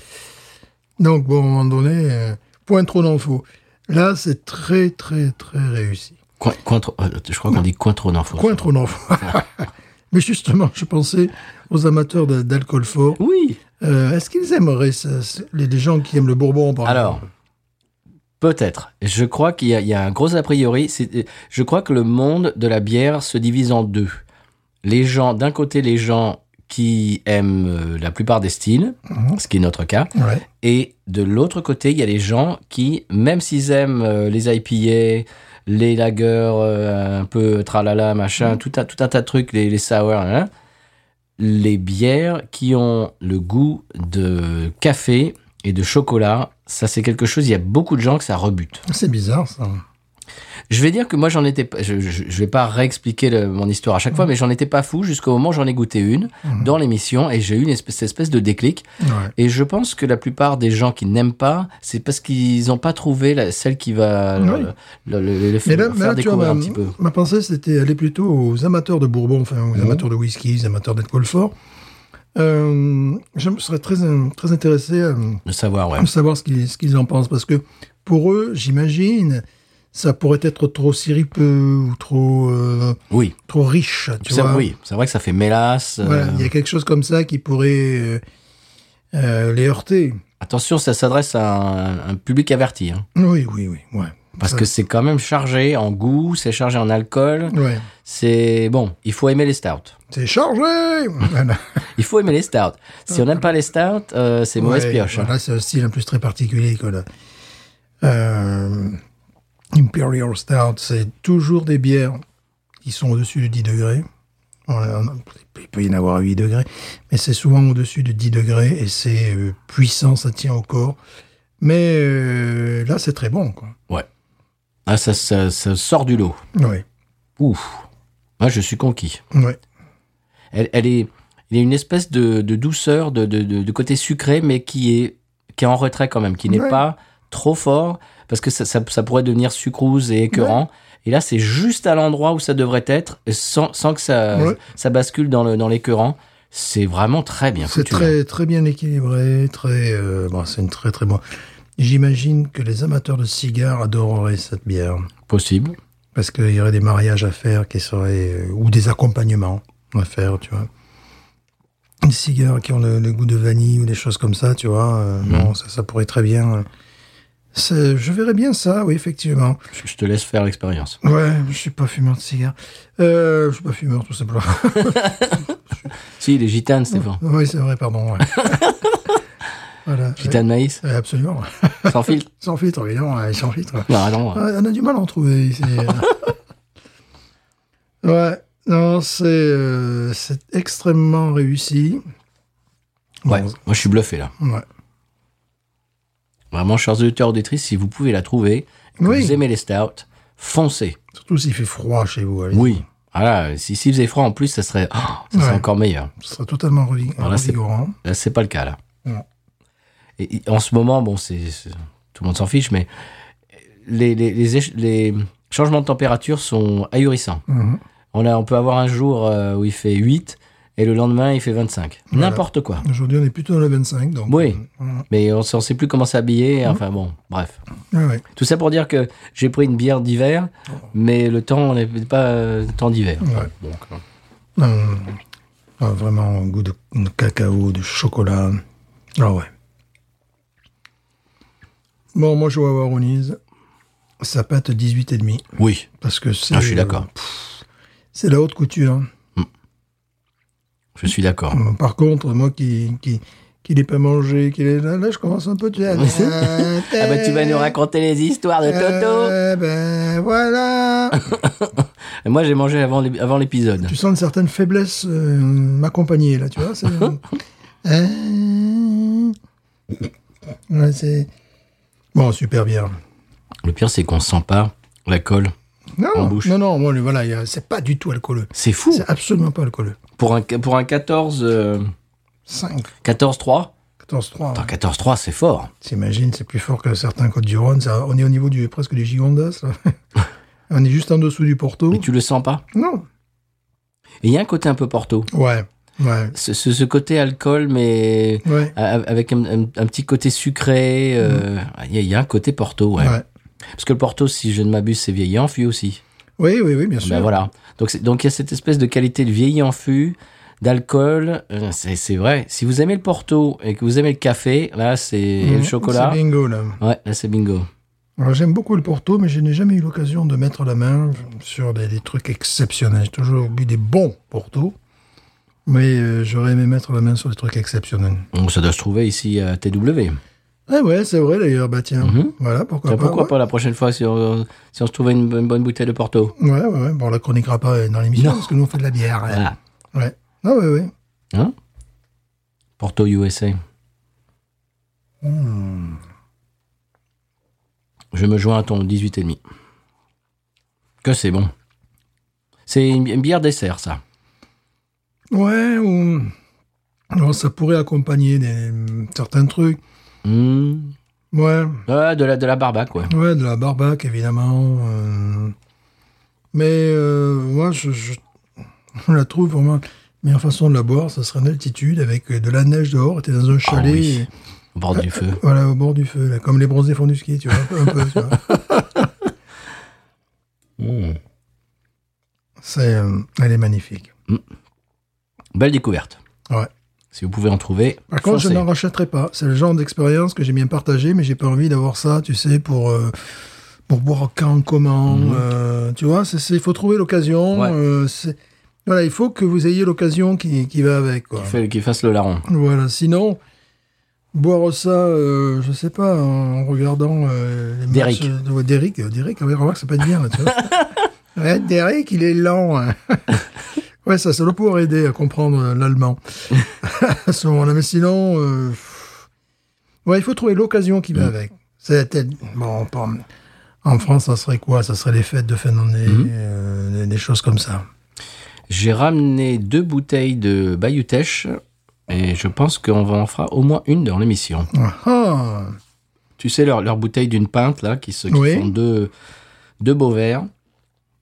Donc bon, à un moment donné, euh, point trop dans le faux. Là, c'est très très très réussi.
Coin- cointro- euh, je crois qu'on dit cointron en
Point trop dans le faux. Mais justement, je pensais aux amateurs de- d'alcool fort.
Oui
Euh, Est-ce qu'ils aimeraient ça, c'est- les, les gens qui aiment le bourbon par exemple
Alors, peut-être. Je crois qu'il y, a- il y a un gros a priori. C'est- euh, Je crois que le monde de la bière se divise en deux. Les gens, d'un côté, les gens qui aiment euh, la plupart des styles,
Mhm.
ce qui est notre cas,
Ouais.
et de l'autre côté, il y a les gens qui, même s'ils aiment euh, les IPA, les lagers, euh, un peu tralala, machin, tout, un, tout un tas de trucs, les, les sours, hein, les bières qui ont le goût de café et de chocolat, ça c'est quelque chose, il y a beaucoup de gens que ça rebute.
C'est bizarre ça.
Je vais dire que moi j'en étais pas, je, je, je vais pas réexpliquer le- mon histoire à chaque fois, mais j'en étais pas fou jusqu'au moment où j'en ai goûté une
Mm.
dans l'émission et j'ai eu une espèce, cette espèce de déclic.
Ouais.
Et je pense que la plupart des gens qui n'aiment pas, c'est parce qu'ils n'ont pas trouvé la- celle qui va le-
Oui.
le, le- le- le
Mais
faire,
là, mais là, tu vois, bah,
découvrir
ma,
un petit peu.
ma pensée, c'était aller plutôt aux amateurs de bourbon, enfin aux
Mhm.
amateurs de whisky, aux amateurs d'alcool fort. Euh, je me serais très, euh, très intéressé à,
De savoir, ouais.
à savoir ce qu'ils, ce qu'ils en pensent, parce que pour eux, j'imagine, ça pourrait être trop siripeux ou trop, euh,
Oui,
trop riche. Tu
c'est
vois.
oui, c'est vrai que ça fait mélasse. euh,
Voilà, il y a quelque chose comme ça qui pourrait euh, euh, les heurter.
Attention, ça s'adresse à un, un public averti, hein,
Oui, oui, oui. Ouais.
parce
Ça-
que c'est quand même chargé en goût, c'est chargé en alcool.
ouais.
C'est bon, il faut aimer les stouts.
C'est chargé Voilà.
Il faut aimer les stouts. Si on n'aime pas les stouts, euh, c'est mauvaise
Ouais,
pioche. hein.
Voilà, c'est un style en plus très particulier. Quoi, là. Euh, Imperial Stout, c'est toujours des bières qui sont au-dessus de 10 degrés. On- on- Il peut y en avoir 8 degrés, mais c'est souvent au-dessus de 10 degrés et c'est euh, puissant, ça tient au corps. Mais euh, là, c'est très bon, quoi.
Ouais. Ah, ça, ça, ça sort du lot.
Oui,
Ouf. Moi, je suis conquis.
oui.
Elle, elle est, il y a une espèce de, de douceur, de, de, de- de côté sucré, mais qui est, qui est en retrait quand même, qui n'est
Ouais.
pas trop fort, parce que ça, ça, ça pourrait devenir sucrose et écœurant. Et là, c'est juste à l'endroit où ça devrait être, sans, sans que ça,
Ouais.
ça bascule dans le dans l'écœurant. C'est vraiment très bien
C'est
foutu. hein.
très, très bien équilibré, très. euh, bon, c'est une très, très bonne. J'imagine que les amateurs de cigares adoreraient cette bière.
Possible.
Parce qu'il y aurait des mariages à faire qui seraient. euh, ou des accompagnements à faire, tu vois. Des cigares qui ont le, le goût de vanille ou des choses comme ça, tu vois. euh,
Mhm.
Non, ça, ça pourrait très bien. euh, c'est- Je verrais bien ça, oui, effectivement.
Je, je te laisse faire l'expérience.
Ouais, je suis pas fumeur de cigares. Euh, je suis pas fumeur, tout simplement.
Si, il est gitane, Stéphane.
oui, c'est vrai, pardon. ouais. voilà.
Gitane maïs,
Ouais, absolument.
sans filtre.
Sans filtre, évidemment, ouais, sans filtre.
Non, non.
Ouais, on a du mal à en trouver ici. ouais, non, c'est euh, c'est extrêmement réussi. Bon,
Ouais. Moi, je suis bluffé là.
ouais.
Vraiment, chers auditeurs auditrices, si vous pouvez la trouver, que
Oui.
vous aimez les stouts, foncez.
Surtout s'il fait froid chez vous. allez.
Oui. Ah là, si, s'il faisait froid en plus, ça serait, ah, ça serait
Ouais.
encore meilleur.
Ce sera totalement revi-
Alors Ah, là, c'est-
revigorant.
Là, c'est pas le cas, là.
Non.
Et, et en ce moment, bon, c'est, c'est- tout le monde s'en fiche, mais les, les, les, éche- les changements de température sont ahurissants.
Mhm.
On, a, on peut avoir un jour euh, où il fait 8 et le lendemain, il fait 25.
Voilà.
N'importe quoi.
Aujourd'hui, on est plutôt dans le 25, donc.
Oui.
euh, ouais,
Mais on ne sait plus comment s'habiller.
Mhm.
Enfin bon, bref.
ouais, ouais.
Tout ça pour dire que j'ai pris une bière d'hiver, mais le temps n'est pas euh, temps d'hiver.
Oh. Ouais.
Donc, euh,
Euh, ah, vraiment, goût de, de cacao, de chocolat. Ah ouais. Bon, moi, je vais avoir Ronise. Ça pâte 18,5.
oui,
Parce que c'est.
Ah, je suis d'accord.
Pff, C'est la haute couture. hein.
je suis d'accord.
Euh, Par contre, moi qui qui qui l'ai pas mangé, qui l'ai- là, là, je commence un peu de.
Ah bah tu vas
Euh,
nous raconter les histoires de Toto.
Eh ben voilà.
Et moi j'ai mangé avant l'ép- avant l'épisode.
tu sens une certaine faiblesse euh, m'accompagner là, tu vois. c'est- hein. Euh, ouais, c'est bon, super bien.
Le pire c'est qu'on sent pas la colle. En
Non,
bouche.
non, non, bon, le- voilà, il y a- c'est pas du tout alcooleux.
C'est fou.
C'est absolument pas alcooleux.
Pour un pour un 14 euh,
5,
14 3.
14, 3.
Attends, 14 3 c'est fort.
T'imagines, c'est plus fort que certains côtes du Rhône. ça- on est au niveau du, presque du Gigondas. là. on est juste en dessous du Porto.
Mais tu le sens pas
Non.
Et il y a un côté un peu Porto.
Ouais, ouais,
Ce, ce- ce côté alcool mais
ouais.
a- avec un, un- un petit côté sucré, euh, il y, a- il y a un côté Porto, ouais.
ouais.
Parce que le Porto, si je ne m'abuse, c'est vieilli en fût aussi.
Oui, oui, oui, bien sûr.
Ben voilà. Donc c'est- donc il y a cette espèce de qualité de vieilli en fût, d'alcool. Euh, c'est c'est vrai. Si vous aimez le porto et que vous aimez le café, là c'est et
Mmh,
le chocolat.
C'est bingo, là.
Ouais, là c'est bingo.
Alors, J'aime beaucoup le Porto, mais je n'ai jamais eu l'occasion de mettre la main sur des, des trucs exceptionnels. J'ai toujours bu des bons Porto, mais euh, j'aurais aimé mettre la main sur des trucs exceptionnels.
Donc ça doit se trouver ici à TW.
Ah ouais, c'est vrai d'ailleurs, bah tiens.
Mhm.
Voilà, pourquoi
Tiens,
pas.
pourquoi
ouais.
pas la prochaine fois si on, si on se trouvait une, bonne- bonne bouteille de porto
Ouais, ouais, ouais. Bon, on la chroniquera pas euh, dans l'émission,
Non.
parce que nous on fait de la bière. ouais.
Voilà.
Ouais. Ah ouais, ouais.
Hein Porto USA.
Hmm.
Je me joins à ton 18,5. Que c'est bon. C'est une bi- une bière dessert, ça.
Ouais, ou. Alors, ça pourrait accompagner des, certains trucs.
Hmm.
Ouais,
Ah, de, la, de la barbac, ouais.
ouais, de la barbac, évidemment. euh, Mais, euh, moi, je, je- on la trouve vraiment. La meilleure façon de la boire, ça serait en altitude, avec euh, de la neige dehors, t'es dans un
Ah
chalet,
oui.
et-
Au bord du feu.
voilà, au bord du feu, là, comme les bronzés font du ski, tu vois, un peu, un peu, tu vois. C'est, euh, elle est magnifique.
Belle découverte.
Ouais.
Si vous pouvez en trouver.
Par contre, je
foncez.
n'en rachèterai pas. C'est le genre d'expérience que j'ai bien partagé, mais j'ai pas envie d'avoir ça, tu sais, pour euh, pour boire quand, comment. euh, tu vois, c'est- c'est- il faut trouver l'occasion.
Ouais.
euh, c'est- voilà, il faut que vous ayez l'occasion qui, qui va avec. Quoi.
Fait- Qu'il fasse le larron.
Voilà, sinon, boire ça, euh, je sais pas, en regardant euh, les
Derrick.
matchs de ouais, Derrick. euh, Derrick, on va voir que ça peut être bien, là, tu vois. Ouais, Derrick, il est lent. hein. ouais, ça, ça doit pouvoir aider à comprendre euh, l'allemand à ce moment-là. Mais sinon, euh, pff, Ouais, il faut trouver l'occasion qui va
Mm.
avec. C'était bon, pas- en France, ça serait quoi Ça serait les fêtes de fin d'année,
Mm.
euh, des- des choses comme ça.
J'ai ramené deux bouteilles de Bayutech et je pense qu'on va en fera au moins une dans l'émission.
Ah, ah.
Tu sais, leur, leur bouteille d'une pinte, là, qui, se, qui
Oui.
sont deux, deux beaux verres.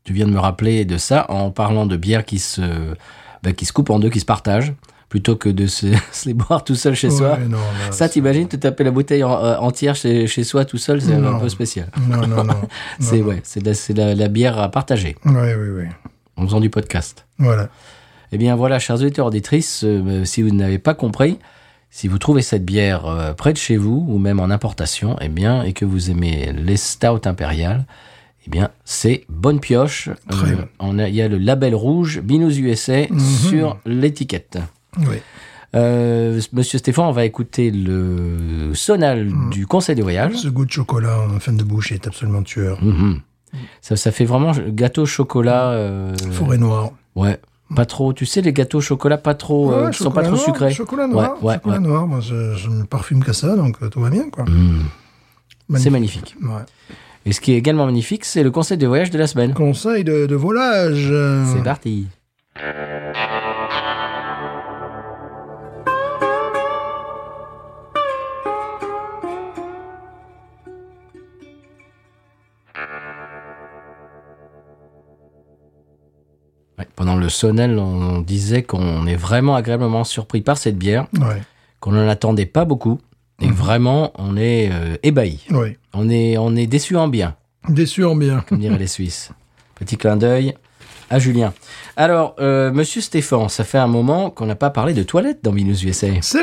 Tu viens de me rappeler de ça en parlant de bières qui se, ben, qui se coupent en deux, qui se partagent, plutôt que de se, se les boire tout seul chez
Ouais,
soi.
non, là,
Ça, t'imagines, te taper la bouteille en- euh, entière chez, chez soi tout seul, c'est un
Non.
peu spécial.
Non, non, non.
C'est ouais, c'est de la, c'est de la- la bière à partager
Oui, oui, oui.
en faisant du podcast.
Voilà.
Eh bien voilà, chers auditeurs, auditrices, euh, si vous n'avez pas compris, si vous trouvez cette bière euh, près de chez vous ou même en importation, eh bien, et que vous aimez les stouts impériales, eh bien, c'est bonne pioche. Euh,
Très bien. Mhm.
on a- il y a le label rouge Binous USA sur l'étiquette.
Oui.
Euh, Monsieur Stéphane, on va écouter le sonal
Mhm.
du Conseil des voyages.
Ce goût de chocolat en fin de bouche est absolument tueur.
Mhm. Ça, ça fait vraiment gâteau chocolat. euh,
Forêt noire.
ouais. Pas trop, tu sais, les gâteaux chocolat pas trop, euh,
Ouais,
qui sont pas
chocolat
trop
noir,
sucrés.
Chocolat noir.
Ouais, ouais,
chocolat
ouais.
noir. Moi, je, je me parfume qu'à ça, donc euh, tout va bien, quoi.
Mhm. C'est magnifique.
Ouais.
Et ce qui est également magnifique, c'est le conseil de voyage de la semaine.
Conseil de, de volage. euh,
C'est parti. Ouais, pendant le Sonnel, on disait qu'on est vraiment agréablement surpris par cette bière,
Ouais.
qu'on n'en attendait pas beaucoup, et vraiment, on est euh, ébahi.
Oui.
On est, on est déçu en bien
Déçu en bien.
comme diraient les Suisses. Petit clin d'œil à Julien. Alors, euh, monsieur Stéphane, ça fait un moment qu'on n'a pas parlé de toilettes dans Minus USA.
C'est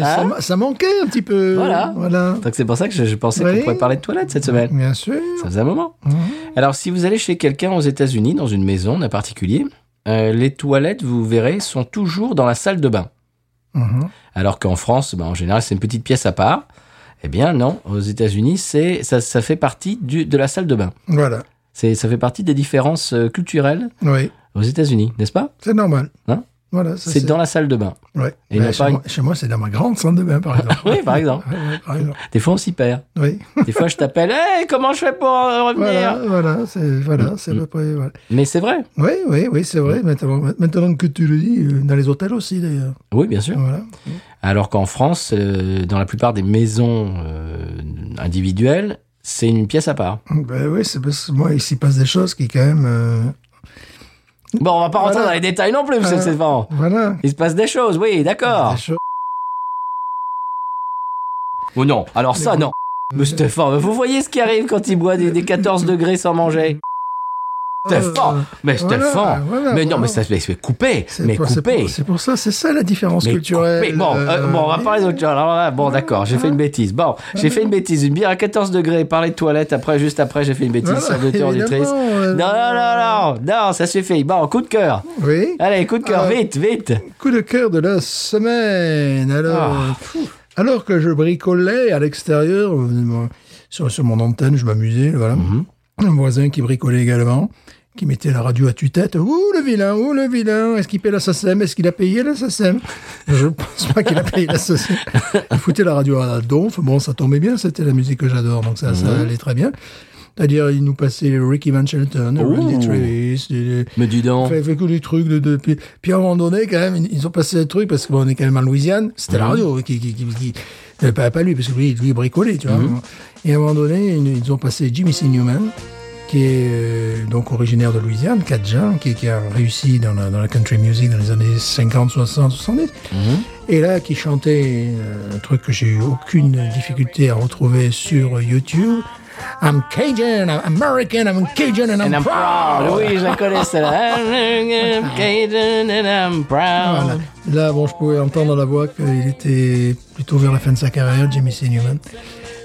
ça,
Hein
ma- ça manquait un petit peu.
Voilà.
Voilà.
Donc c'est pour ça que je, je pensais
Oui.
qu'on pourrait parler de toilettes cette semaine.
Bien sûr.
Ça faisait un moment.
Mhm.
Alors, si vous allez chez quelqu'un aux États-Unis, dans une maison d'un particulier, euh, les toilettes, vous verrez, sont toujours dans la salle de bain.
Mhm.
Alors qu'en France, ben, en général, c'est une petite pièce à part. Eh bien, non, aux États-Unis, c'est ça, ça fait partie du, de la salle de bain.
Voilà.
C'est, ça fait partie des différences euh, culturelles
Oui.
aux États-Unis, n'est-ce pas
C'est normal.
Hein
voilà. ça,
C'est dans la salle de bain.
Ouais.
Et
Ben,
non
chez,
pas une-
moi, chez moi, c'est dans ma grande salle de bain, par exemple.
Oui, par exemple.
Ouais, ouais, par exemple.
Des fois, on s'y perd.
Oui.
Des fois, je t'appelle, hey, comment je fais pour euh, revenir
Voilà, voilà, c'est
Mm.
voilà, c'est à peu près. voilà.
Mais c'est vrai.
Oui, oui, oui, c'est vrai. Maintenant, maintenant que tu le dis, euh, dans les hôtels aussi d'ailleurs.
Oui, bien sûr.
Voilà.
Alors qu'en France, euh, dans la plupart des maisons euh, individuelles, c'est une pièce à part.
Ben oui, c'est parce que moi, il s'y passe des choses qui quand même. euh,
Bon, on va pas rentrer
Voilà.
dans les détails non plus, monsieur
Euh,
Stéphane.
voilà.
Il se passe des choses, oui, d'accord.
Des choses-
Ou Oh non, alors ça,
Des-
non. Monsieur Stéphane, vous voyez ce qui arrive quand il boit des, des 14 degrés sans manger Stéphane Mais
euh, voilà,
Stéphane
voilà,
Mais non,
voilà.
mais ça se fait couper
C'est
Mais
pour, c'est
couper
pour- c'est pour ça, c'est ça la différence
Mais
culturelle.
coupé. Bon, euh,
euh,
bon, on va
oui.
parler d'autre chose. Alors là, bon, d'accord, j'ai fait une bêtise. Bon, j'ai fait une bêtise. Une bière à 14 degrés, parler de toilette. Après, juste après, j'ai fait une bêtise
Voilà,
sur le tour du
évidemment,
triste.
euh,
Non, non, non, non, non, ça suffit. Bon, coup de cœur.
Oui.
Allez, coup de cœur,
Euh,
vite, vite.
Coup de cœur de la semaine. Alors,
Ah.
pfff, alors que je bricolais à l'extérieur, euh, sur, sur mon antenne, je m'amusais, voilà. Un voisin qui bricolait également, qui mettait la radio à tue-tête. Ouh, le vilain, ouh, le vilain. Est-ce qu'il paie la SACEM Est-ce qu'il a payé la SACEM Je pense pas qu'il a payé la SACEM. Il foutait la radio à donf. Bon, ça tombait bien, c'était la musique que j'adore, donc ça, ça allait très bien. C'est-à-dire, il nous passait Ricky Van Shelton, Randy
Ouh.
Travis, du-
Me dis donc.
fait, fait que des trucs de, de- puis, puis à un moment donné quand même ils ils ont passé des trucs parce qu'on est quand même en Louisiane c'était la radio qui qui, qui, qui- euh, pas, pas lui parce que lui lui il bricolait tu vois et à un moment donné ils, ils ont passé Jimmy C. Newman qui est euh, donc originaire de Louisiane Cajun qui, qui a réussi dans la, dans la country music dans les années 50 60 70 et là qui chantait euh, un truc que j'ai eu aucune difficulté à retrouver sur euh, YouTube I'm Cajun I'm American I'm Cajun and I'm,
And I'm
Ah.
proud. Oui, je la connais celle-là. I'm Cajun and I'm
Voilà.
proud.
Là, bon, je pouvais entendre dans la voix qu'il était plutôt vers la fin de sa carrière, Jimmy C. Newman.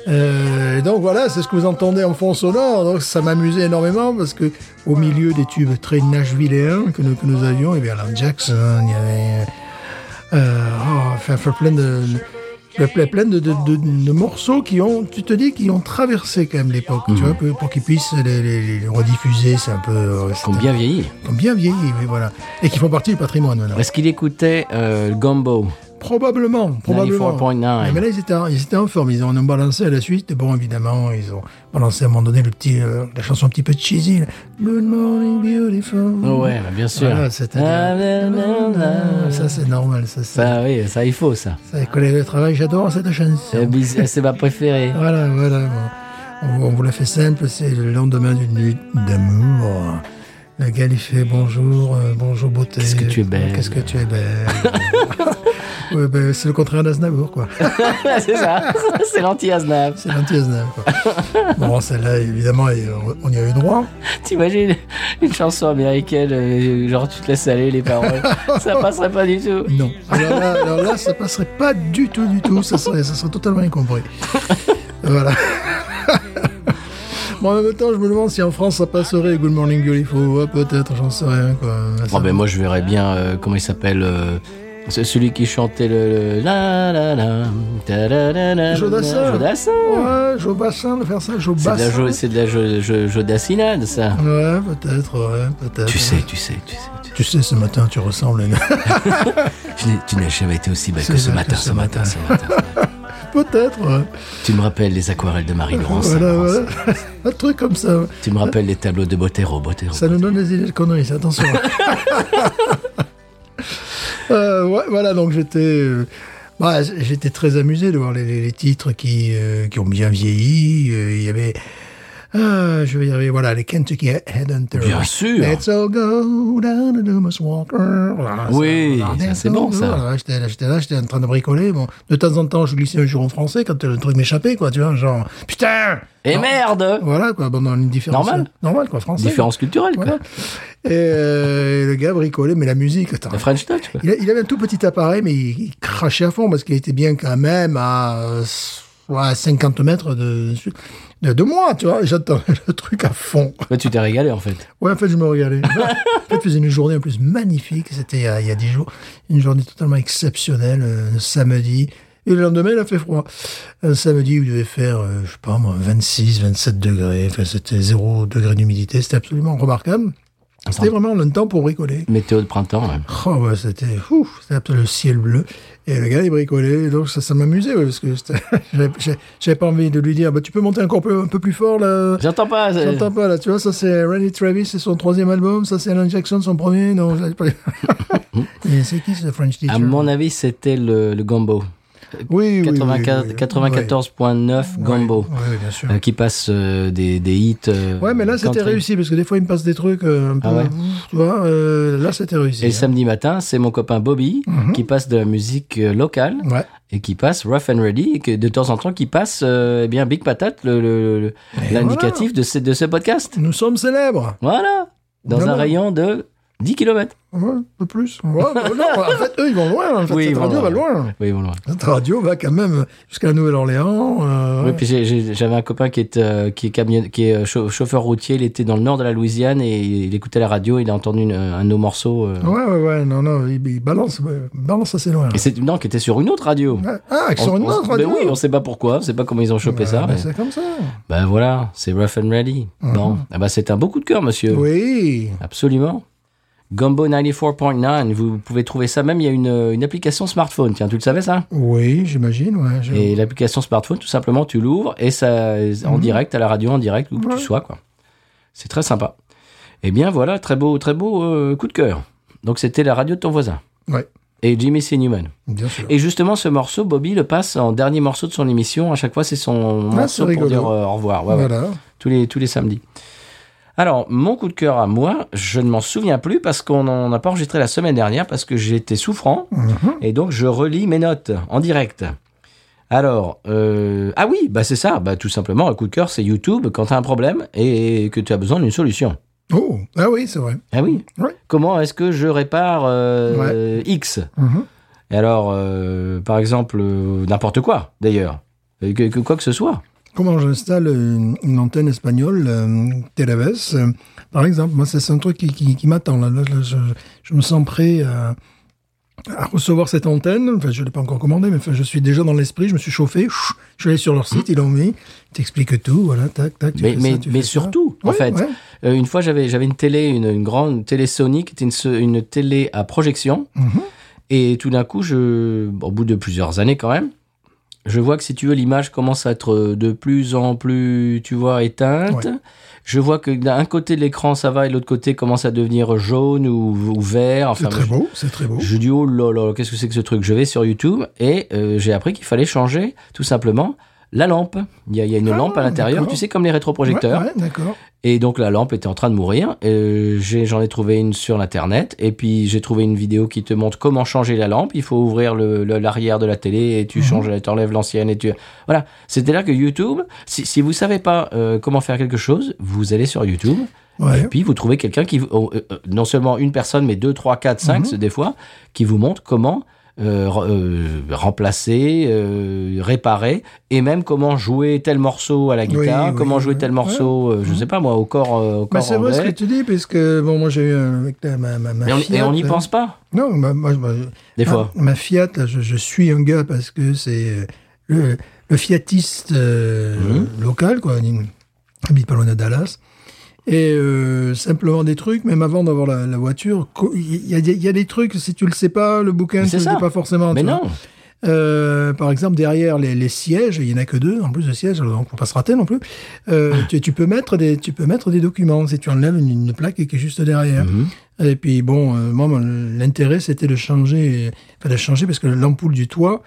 Euh, et donc voilà, c'est ce que vous entendez en fond sonore. Donc ça m'amusait énormément parce que au milieu des tubes très Nashvilléens que nous, que nous avions, il y avait Alan Jackson, il y avait euh, oh, enfin, enfin, plein de plein, plein- plein de, de- de- de morceaux qui ont, tu te dis, qui ont traversé quand même l'époque, tu vois, pour, pour qu'ils puissent les, les- les rediffuser, c'est un peu, euh, c'est
Qu'on
un-
bien vieilli.
ils ont bien vieilli, oui, voilà, et qui font partie du patrimoine maintenant.
Est-ce qu'il écoutait euh, le gombo
Probablement, probablement.
94.9.
Mais là, ils étaient, ils étaient en forme. Ils en ont balancé à la suite. Bon, évidemment, ils ont balancé à un moment donné le petit, euh, la chanson un petit peu cheesy. là. Good morning, beautiful.
Ouais, bah, bien sûr.
Voilà, c'est-à-dire-
Ah, na, na, na.
Ça, c'est normal. Ça, ça,
bah. Ça, oui, ça, il faut, ça.
ça, les collègues de travail, j'adore cette chanson.
C'est bis- c'est ma préférée.
Voilà, voilà. bon. On, on vous la fait simple, c'est le lendemain d'une nuit d'amour. Le gars, il fait bonjour, euh, bonjour beauté.
Qu'est-ce que tu es belle.
Qu'est-ce que tu es belle. Ouais, ben, c'est le contraire d'Aznavour, quoi.
c'est ça. C'est l'anti-Aznave.
C'est l'anti-Aznavour, quoi. bon, celle-là, évidemment, et on- on y a eu droit.
T'imagines une chanson américaine, euh, genre tu te laisses aller les paroles. ça passerait pas du tout.
Non. Alors là, alors là, ça passerait pas du tout, du tout. Ça serait, ça serait totalement incompris. voilà. Bon, en même temps, je me demande si en France ça passerait Good Morning Beautiful. Ouais, peut-être, j'en sais rien, quoi.
Oh,
Ça-
ben, moi, je verrais bien, euh, comment il s'appelle euh, c'est celui qui chantait le, le la la la ta la la la
Jodassin.
Jodassin.
Ouais, Jobassin, de faire ça,
C'est
Jobassin.
de la, jo- c'est de la jo- jo- jodassinade, ça.
Ouais, peut-être, ouais, peut-être.
Tu sais, tu sais, tu sais. tu sais.
Tu sais, ce matin, tu ressembles à une-
Tu n'es- Tu n'as jamais été aussi belle
C'est
que ce
vrai que
matin,
ce
ce matin, ce matin.
Peut-être, ouais.
Tu me rappelles les aquarelles de Marie-Laurence.
Voilà,
Laurence.
voilà. Un truc comme ça.
Tu me rappelles les tableaux de Botero, Botero.
Ça nous donne des idées de conneries, ça, attention. Euh, ouais, voilà, donc j'étais. euh, bah, j'étais très amusé de voir les, les- les titres qui, euh, qui ont bien vieilli. Euh, Il y avait. ah, je vais y arriver, voilà, les Kentucky Headhunters.
Bien sûr.
Let's all go down to Loomis Walker. Voilà,
Oui,
voilà.
ça,
Let's
c'est
all
bon,
go.
ça.
Voilà, j'étais là, j'étais là, j'étais en train de bricoler. Bon, de temps en temps, je glissais un jour en français quand le truc m'échappait, quoi, tu vois, genre, putain!
Et
Non.
merde
Voilà, quoi, bon, dans une différence.
Normal.
Normal, quoi, français. quoi.
Différence culturelle, quoi.
Voilà. Et euh, le gars bricolait, mais la musique, attends.
La French Touch, quoi.
Il, a- il avait un tout petit appareil, mais il, il crachait à fond parce qu'il était bien quand même à, euh, ouais, 50 mètres de, de, de moi, tu vois. J'attends le truc à fond.
Ouais, tu t'es régalé, en fait.
Ouais, en fait, je me regardais. en fait, je faisais une journée en plus magnifique. C'était il y a- il y a 10 jours. Une journée totalement exceptionnelle, euh, le samedi. Et le lendemain, il a fait froid. Un samedi, il devait faire, euh, je sais pas moi, 26, 27 degrés. Enfin, c'était 0 degré d'humidité. C'était absolument remarquable. C'était vraiment le temps pour bricoler.
Météo de printemps, ouais.
Oh, bah, c'était ouf, c'était absolument le ciel bleu. Et le gars, il bricolait, donc ça, ça m'amusait, ouais, parce que c'était- j'avais- j'avais j'avais pas envie de lui dire, bah, tu peux monter encore peu- un peu plus fort, là.
J'entends pas. euh,
J'entends pas, là, tu vois, ça c'est Randy Travis, c'est son troisième album, ça c'est Alan Jackson, son premier, non, j'avais pas. Et c'est qui ce French teacher
À mon avis, c'était le, le Gambo.
oui, oui, oui, oui,
84
oui.
94.9
Ouais.
Gambo.
Ouais, ouais, bien sûr.
euh, qui passe euh, des, des hits. euh,
Ouais, mais là c'était
country.
réussi, parce que des fois il me passe des trucs euh, un peu.
Ah ouais.
ouf, Tu vois, euh, là c'était réussi.
Et le
hein. Mhm.
samedi matin, c'est mon copain Bobby qui passe de la musique euh, locale
Ouais.
et qui passe Rough and Ready et que de temps en temps qui passe euh, eh bien Big Patate, le- le- le-
Et
l'indicatif de, ce, de ce podcast.
Nous sommes célèbres.
Voilà, dans
Vraiment.
un rayon de 10 km.
Ouais, un peu plus. Ouais, bah non, en fait, eux, ils vont loin. En fait,
Oui, ils
cette
vont
radio va
loin.
loin.
Oui, bon, loin.
Cette radio va quand même jusqu'à la Nouvelle-Orléans. euh,
Oui, puis j'ai- j'ai- j'avais un copain qui est, euh, qui est, camion- qui est euh, chau- chauffeur routier, il était dans le nord de la Louisiane et il écoutait la radio, il a entendu une- un de nos morceaux. euh,
ouais, ouais, ouais, non, non, ils, ils balancent, ouais, ils balancent assez loin.
Et c'est non, qui était sur une autre radio.
Ouais. Ah, ils
On-
sont une
on-
autre
ben
radio.
oui, on sait pas pourquoi, on sait pas comment ils ont chopé
Ouais,
ça.
mais
mais-
C'est comme ça.
Ben voilà, c'est Rough and Ready. Bon, ah ben c'est un beau coup de cœur, monsieur.
Oui.
Absolument. Gumbo 94.9, vous pouvez trouver ça même, il y a une, une application smartphone, tiens, tu le savais ça
Oui, j'imagine, ouais. je-
Et l'application smartphone, tout simplement, tu l'ouvres et ça, en direct, à la radio, en direct, où que
Ouais.
tu sois, quoi. C'est très sympa. Eh bien voilà, très beau, très beau euh, coup de cœur. Donc c'était la radio de ton voisin.
Ouais.
Et Jimmy C. Newman.
Bien sûr.
Et justement, ce morceau, Bobby le passe en dernier morceau de son émission. À chaque fois, c'est son
Ah, c'est
morceau pour
rigolo.
dire euh, au revoir. Ouais, ouais
voilà.
tous les, tous les samedis. Alors, mon coup de cœur à moi, je ne m'en souviens plus parce qu'on n'en a pas enregistré la semaine dernière parce que j'étais souffrant
Mhm.
et donc je relis mes notes en direct. Alors, euh, ah oui, bah c'est ça, bah tout simplement, un coup de cœur, c'est YouTube quand tu as un problème et que tu as besoin d'une solution.
Oh, ah oui, c'est vrai.
Ah oui
Ouais.
Comment est-ce que je répare euh, X
Mhm.
Et alors, euh, par exemple, euh, n'importe quoi d'ailleurs, Euh, que- que- quoi que ce soit.
Comment j'installe une, une antenne espagnole, euh, Televes, euh, par exemple. Moi, c'est c'est un truc qui, qui- qui m'attend. Là, Là, là, je, je me sens prêt à, à recevoir cette antenne. Enfin, je ne l'ai pas encore commandée, mais enfin, je suis déjà dans l'esprit. Je me suis chauffé. Chou, Je suis allé sur leur site, ils l'ont mis. Ils t'expliquent tout. Voilà, tac, tac. tu
mais
fais
mais,
ça, tu
mais
fais ça.
surtout, en
Ouais,
fait,
ouais.
Euh, une fois, j'avais j'avais une télé, une, une grande télé Sony qui était une, se- une télé à projection.
Mhm.
Et tout d'un coup, je, au bout de plusieurs années quand même, je vois que si tu veux, l'image commence à être de plus en plus, tu vois, éteinte.
Ouais.
Je vois que d'un côté de l'écran, ça va, et de l'autre côté commence à devenir jaune ou, ou vert.
C'est
Enfin,
très
je-
beau, c'est très beau.
je dis oh là là, qu'est-ce que c'est que ce truc Je vais sur YouTube et euh, j'ai appris qu'il fallait changer tout simplement la lampe. Il y a, il y a une
Ah,
lampe à l'intérieur,
d'accord.
tu sais comme les rétroprojecteurs.
Ouais, ouais, d'accord.
Et donc la lampe était en train de mourir. Euh, j'ai- J'en ai, trouvé une sur l'internet et puis j'ai trouvé une vidéo qui te montre comment changer la lampe. Il faut ouvrir le- le- l'arrière de la télé et tu
Mhm.
changes, t'enlèves l'ancienne et tu voilà. C'est-à-dire que YouTube, si, si vous savez pas euh, comment faire quelque chose, vous allez sur YouTube.
Ouais.
Et puis vous trouvez quelqu'un qui, oh, euh, euh, non seulement une personne, mais deux, trois, quatre, cinq,
Mhm.
c'est des fois, qui vous montre comment euh, re- euh, remplacer, euh, réparer, et même comment jouer tel morceau à la
Oui,
guitare,
oui,
comment jouer
oui.
tel morceau, euh, je
Mhm.
sais pas moi, au corps, euh, au
Bah,
corps
c'est vrai ce que
anglais.
tu dis, parce que bon, moi j'ai eu un- avec la- ma, ma, ma
Et on-
Fiat,
et on n'y
là.
pense pas,
Non, ma- moi, moi,
des
ma-
fois.
Ma Fiat, là, je, je suis un gars parce que c'est euh, le, le fiatiste euh,
Mhm.
local, quoi. Il habite pas loin de Dallas. Et euh, simplement des trucs, même avant d'avoir la, la voiture, co- il y a, il y a des trucs, si tu le sais pas, le bouquin,
Mais
tu
c'est
le
ça.
sais pas forcément.
Mais
tu vois.
non,
Euh, par exemple, derrière les, les sièges, il y en a que deux, en plus de sièges, alors donc on passera-t-elle non plus. Euh, tu, tu peux mettre des, tu peux mettre des documents si tu enlèves une, une plaque qui est juste derrière. Et puis bon, euh, moi, mon- l'intérêt c'était de changer, enfin de changer parce que l'ampoule du toit,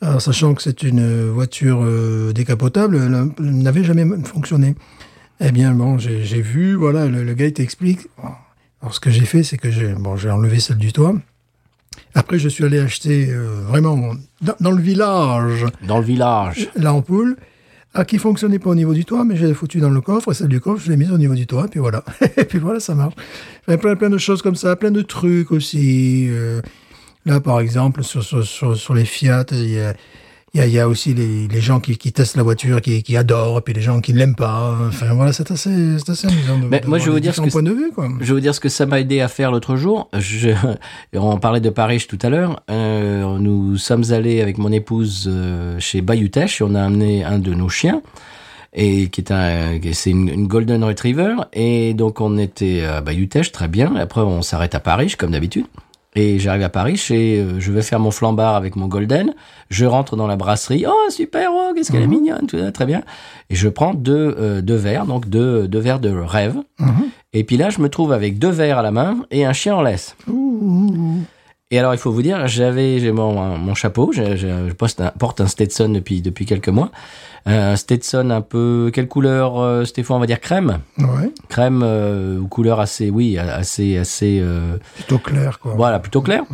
alors, sachant que c'est une voiture euh, décapotable, l'ampoule n'avait jamais fonctionné. Eh bien bon, j'ai j'ai vu, voilà, le, le gars il t'explique. Alors ce que j'ai fait, c'est que j'ai bon, j'ai enlevé celle du toit. Après, je suis allé acheter euh, vraiment dans, dans le village
dans le village.
l'ampoule. Ah, qui fonctionnait pas au niveau du toit, mais je l'ai foutu dans le coffre, et celle du coffre, je l'ai mise au niveau du toit, et puis voilà. et puis voilà, ça marche. Enfin, plein, plein de choses comme ça, plein de trucs aussi. euh, là, par exemple, sur, sur, sur, sur les Fiat, il y a, il y a- il y a aussi les, les gens qui, qui testent la voiture, qui, qui adorent, et puis les gens qui ne l'aiment pas. Enfin, voilà, c'est assez, c'est assez amusant de,
Mais
de
moi, je vais
voir
vous
les
dire ce
différents
que
points de vue, quoi.
Je vais vous dire ce que ça m'a aidé à faire l'autre jour. Je, on parlait de Paris tout à l'heure. Euh, nous sommes allés avec mon épouse euh, chez Bayutech et on a amené un de nos chiens. Et qui est un, c'est une, une golden retriever. Et donc on était à Bayutech, très bien. Après on s'arrête à Paris, comme d'habitude. Et j'arrive à Paris, et je vais faire mon flambard avec mon golden. Je rentre dans la brasserie. Oh super, oh qu'est-ce qu'elle est
Mhm.
mignonne, tout ça, très bien. Et je prends deux, euh, deux verres, donc deux, deux verres de rêve.
Mhm.
Et puis là, je me trouve avec deux verres à la main et un chien en laisse.
Ouh, ouh, ouh.
Et alors, il faut vous dire, j'avais j'ai mon, mon chapeau, je, je- je poste un- porte un Stetson depuis, depuis quelques mois. Un Stetson un peu... Quelle couleur, euh, Stéphane On va dire crème
Ouais,
Crème euh, ou couleur assez... Oui, assez... assez euh,
plutôt clair, quoi.
voilà, plutôt clair.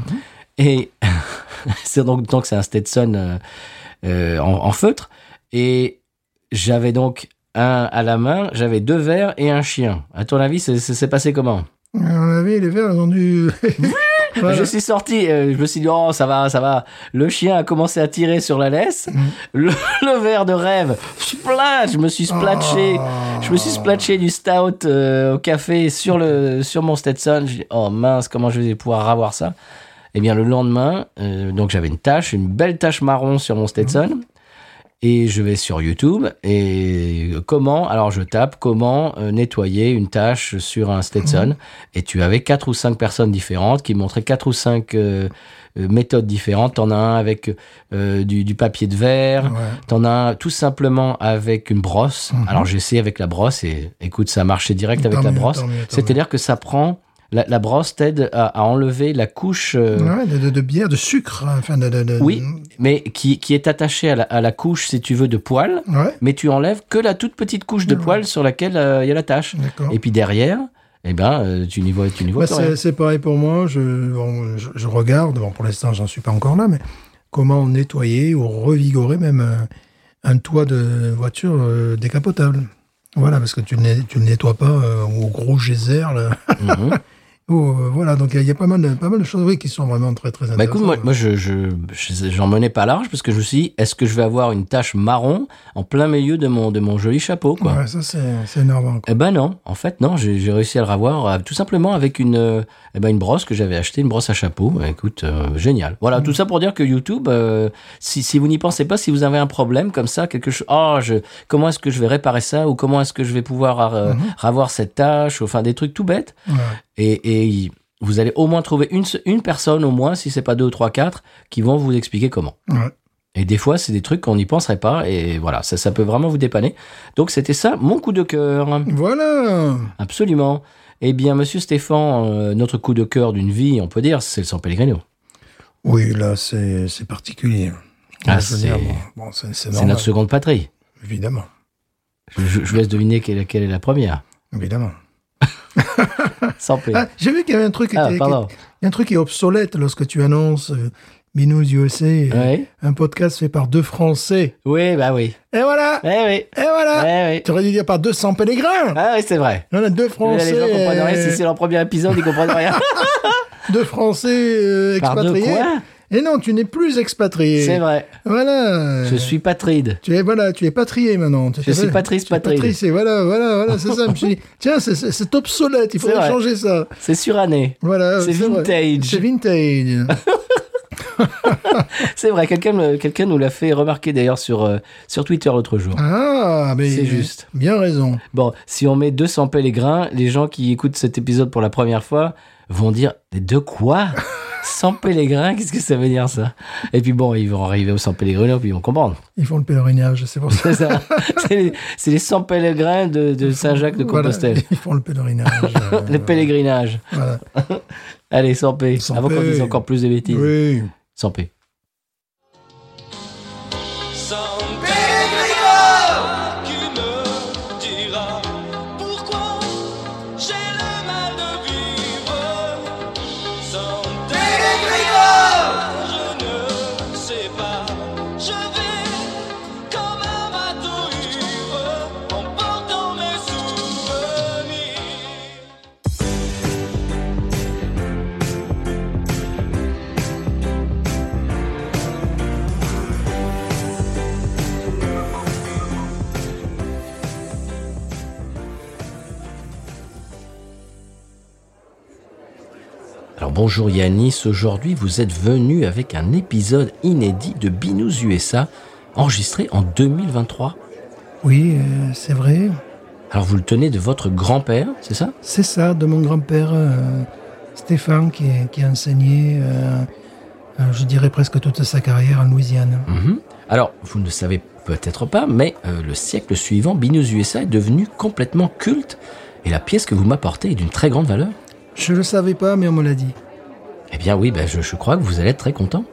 Et c'est donc, donc c'est un Stetson euh, euh, en, en feutre. Et j'avais donc un à la main, j'avais deux verres et un chien. À ton avis, c'est- c'est c'est passé comment
À mon avis, les verts, ils ont dû... Voilà.
Je suis sorti, euh, je me suis dit, oh, ça va, ça va. Le chien a commencé à tirer sur la laisse. Le, le verre de rêve, splash, je me suis splatché.
Ah.
Je me suis splatché du stout euh, au café sur, le, sur mon Stetson. J'ai dit, oh mince, comment je vais pouvoir avoir ça Eh bien, le lendemain, euh, donc j'avais une tache, une belle tache marron sur mon Stetson. Et je vais sur YouTube et comment, alors je tape comment euh, nettoyer une tâche sur un Stetson. Et tu avais quatre ou cinq personnes différentes qui montraient quatre ou cinq euh, euh, méthodes différentes. T'en as un avec euh, du, du papier de verre,
Ouais.
T'en as un tout simplement avec une brosse. Alors j'ai essayé avec la brosse et écoute, ça a marché direct avec
Mhm. Tant
la
mieux,
brosse.
tant mieux, tant
C'est-à-dire que ça prend la, la brosse t'aide à, à enlever la couche, euh,
Ouais, de, de- de bière, de sucre, hein, enfin de, de- de-
Oui. mais qui, qui est attachée à la, à la couche si tu veux de poils,
Ouais,
mais tu enlèves que la toute petite couche de
Ouais.
poils sur laquelle euh, il y a la tache.
d'accord.
Et puis derrière, eh ben euh, tu n'y vois, tu n'y vois
Bah,
plus rien.
c'est c'est pareil pour moi. Je, bon, je, je regarde. Bon, pour l'instant, j'en suis pas encore là, mais comment nettoyer ou revigorer même euh, un toit de voiture euh, décapotable. Voilà, parce que tu ne le- tu le nettoies pas euh, au gros geyser. Là.
Mhm.
Oh, euh, voilà, donc il y a- il y, a pas mal, de, pas mal de choses oui, qui sont vraiment très très intéressantes.
Bah écoute, moi, moi je, je, je- j'en menais pas large parce que je me suis dit, est-ce que je vais avoir une tache marron en plein milieu de mon, de mon joli chapeau, quoi?
Ouais, ça c'est c'est énorme. quoi.
Eh ben non, en fait non, j'ai j'ai réussi à le revoir euh, tout simplement avec une, euh, eh ben une brosse que j'avais achetée, une brosse à chapeau. Eh, Écoute, euh, génial. Voilà, tout ça pour dire que YouTube, euh, si, si vous n'y pensez pas, si vous avez un problème comme ça, quelque chose, oh, je, comment est-ce que je vais réparer ça ou comment est-ce que je vais pouvoir euh, avoir cette tâche, enfin des trucs tout bêtes.
Ouais.
Et, et il- vous allez au moins trouver une, se- une personne, au moins, si c'est pas deux ou trois, quatre, qui vont vous expliquer comment.
Ouais.
Et des fois, c'est des trucs qu'on n'y penserait pas, et voilà, ça, ça peut vraiment vous dépanner. Donc, c'était ça, mon coup de cœur.
Voilà.
Absolument. Eh bien, monsieur Stéphane, euh, notre coup de cœur d'une vie, on peut dire, c'est le San Pellegrino.
Oui, là, c'est c'est particulier.
Ah,
Là, je veux dire,
c'est-
bon, bon, c'est c'est
C'est
normal,
notre seconde patrie.
évidemment.
Je, je- je vous laisse deviner quelle, quelle est la première.
Évidemment.
San Pellegrino.
Ah, j'ai vu qu'il y avait un truc, qui
Ah,
était- qui-
pardon.
il y a un truc qui est obsolète lorsque tu annonces euh, Binous USA, euh,
Oui.
un podcast fait par deux Français.
Oui, bah oui.
Et voilà
Eh oui.
Et voilà
Eh oui.
Ah, Tu aurais dû dire par 200 Pellegrins
Ah oui, c'est vrai.
On a deux
Là,
Français.
les gens comprennent rien.
euh,
Si c'est leur premier épisode, ils comprennent rien.
Deux Français euh,
Par deux
expatriés.
quoi
Et non, tu n'es plus expatrié.
C'est vrai.
Voilà.
Je suis patride.
Tu es, voilà, tu es patrié maintenant. Tu
Je suis patrice,
tu es
patride.
patrice, et voilà, voilà, voilà, c'est ça. Je me suis dit, tiens, c'est- c'est c'est obsolète, il
C'est
faudrait
vrai.
changer ça.
C'est suranné.
Voilà.
C'est
vrai.
vintage.
C'est vintage.
C'est vrai. Quelqu'un me- quelqu'un nous l'a fait remarquer d'ailleurs sur, euh, sur Twitter l'autre jour.
ah, mais.
C'est juste.
Bien raison.
Bon, si on met 200 pèlerins, les gens qui écoutent cet épisode pour la première fois vont dire De quoi 100 pèlerins Qu'est-ce que ça veut dire ça Et puis bon, ils vont arriver au 100 pèlerins, puis ils vont comprendre.
Ils font le pèlerinage, c'est pour ça.
C'est ça. C'est les, c'est les 100 pèlerins de, de Saint-Jacques de
Voilà,
Compostelle.
ils font le pèlerinage. euh,
Le pèlerinage.
voilà.
Allez, 100 p.
Sans
Avant qu'on
paix.
dise encore plus de bêtises.
Oui.
100 p.
Sans Pellegrino, tu me diras pourquoi j'ai le mal de vivre. Sans Pellegrino, je ne sais pas. Je vais comme un bateau ivre en portant mes souvenirs.
Alors bonjour Yanis, aujourd'hui vous êtes venu avec un épisode inédit de Binous USA enregistré en 2023.
Oui, euh, c'est vrai.
Alors vous le tenez de votre grand-père, c'est ça
C'est ça, de mon grand-père euh, Stéphane, qui, qui a enseigné, euh, euh, je dirais presque toute sa carrière en Louisiane.
Mhm. Alors, vous ne le savez peut-être pas, mais euh, le siècle suivant, Binous USA est devenu complètement culte et la pièce que vous m'apportez est d'une très grande valeur.
Je le savais pas, mais on me l'a dit.
Eh bien oui, ben, je, je crois que vous allez être très content.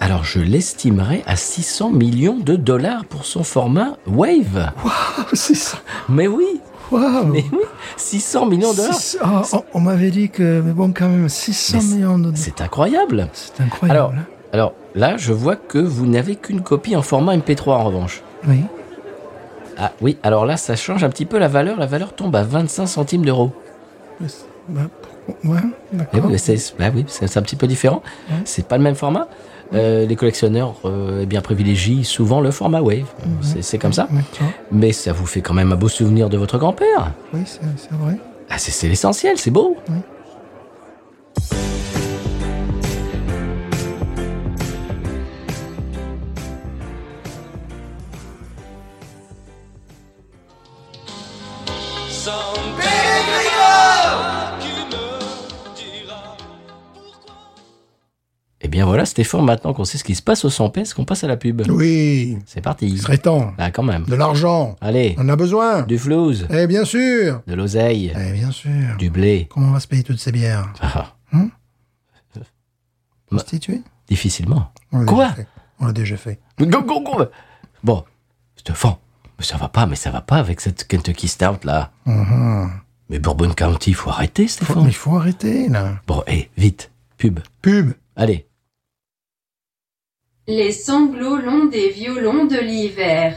Alors, je l'estimerai à 600 millions de dollars pour son format Wave.
Waouh, Ah, c'est ça.
Mais oui,
Waouh.
mais oui, 600 millions de dollars.
Six- ah, on on m'avait dit que, mais bon, quand même, 600
Mais c'est-
millions de
C'est incroyable.
C'est incroyable. hein.
Alors, alors là, je vois que vous n'avez qu'une copie en format MP3 en revanche.
oui.
Ah oui, alors là, ça change un petit peu la valeur. La valeur tombe à 25 centimes d'euros.
Mais c'est- bah, pourquoi- ouais,
Eh
d'accord.
oui, mais c'est bah oui, c'est- c'est un petit peu différent. C'est pas le même format. Euh, les collectionneurs euh, eh bien, privilégient souvent le format Wave. C'est- C'est comme ça.
D'accord.
Mais ça vous fait quand même un beau souvenir de votre grand-père.
Oui, c'est c'est vrai.
Ah, c'est c'est l'essentiel, c'est beau.
Sans Pellegrino, tu me diras pourquoi.
Eh bien voilà, Stéphane, maintenant qu'on sait ce qui se passe au 100p, est-ce qu'on passe à la pub
Oui,
C'est parti.
il serait temps.
Ah, quand même.
De l'argent.
Allez,
On en a besoin.
du flouze,
Eh bien sûr.
de l'oseille,
Eh bien sûr.
du blé.
Comment on va se payer toutes ces bières
Ah, Bah.
Prostituées
difficilement.
On l'a
Quoi
déjà fait. On l'a déjà fait.
Go, go, go. Bon, Stéphane, mais ça va pas, mais ça va pas avec cette Kentucky Stout là.
Mhm.
Mais Bourbon County, faut arrêter,
Faut- mais
Stéphane.
il faut arrêter, là.
Bon, hé, vite, pub.
Pub.
Allez.
Les sanglots longs des violons de l'hiver.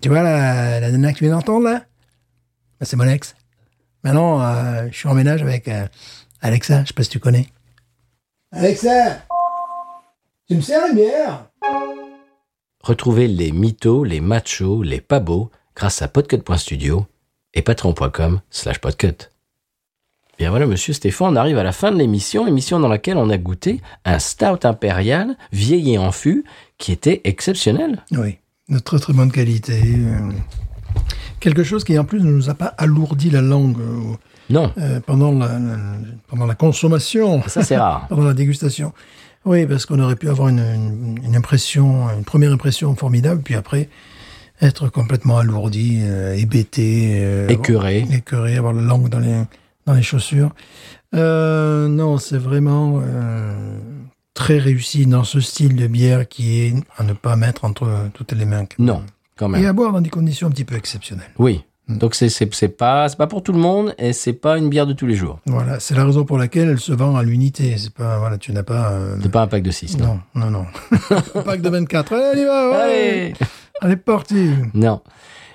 Tu vois la, la nana que tu viens d'entendre, là Ben, C'est mon ex. Maintenant, euh, je suis en ménage avec euh, Alexa. Je sais pas si tu connais. Alexa Tu me sers une bière
Retrouvez les mythos, les machos, les pas beaux grâce à podcut.studio et patreon.com slash podcut. Bien voilà, monsieur Stéphane, on arrive à la fin de l'émission, émission dans laquelle on a goûté un stout impérial vieilli en fût qui était exceptionnel.
Oui. De très très bonne qualité. euh, quelque chose qui en plus ne nous a pas alourdi la langue euh,
Non,
euh, pendant, la, la- pendant la consommation,
ça c'est rare.
pendant la dégustation. Oui, parce qu'on aurait pu avoir une, une- une impression, une première impression formidable, puis après être complètement alourdi, euh, hébété, euh,
Écœuré.
écœuré, avoir la langue dans les, dans les chaussures. Euh, non, c'est vraiment euh, très réussi dans ce style de bière qui est à ne pas mettre entre toutes les mains.
Non, quand
Et
même.
à boire dans des conditions un petit peu exceptionnelles.
Oui. Donc c'est c'est c'est pas c'est pas pour tout le monde et c'est pas une bière de tous les jours.
Voilà, c'est la raison pour laquelle elle se vend à l'unité. C'est pas, voilà, tu n'as pas. euh,
C'est pas un pack de 6. Non. Ah
non, non, non. Pack de 24. Allez, on y va, ouais.
Allez
Allez, parti.
Non.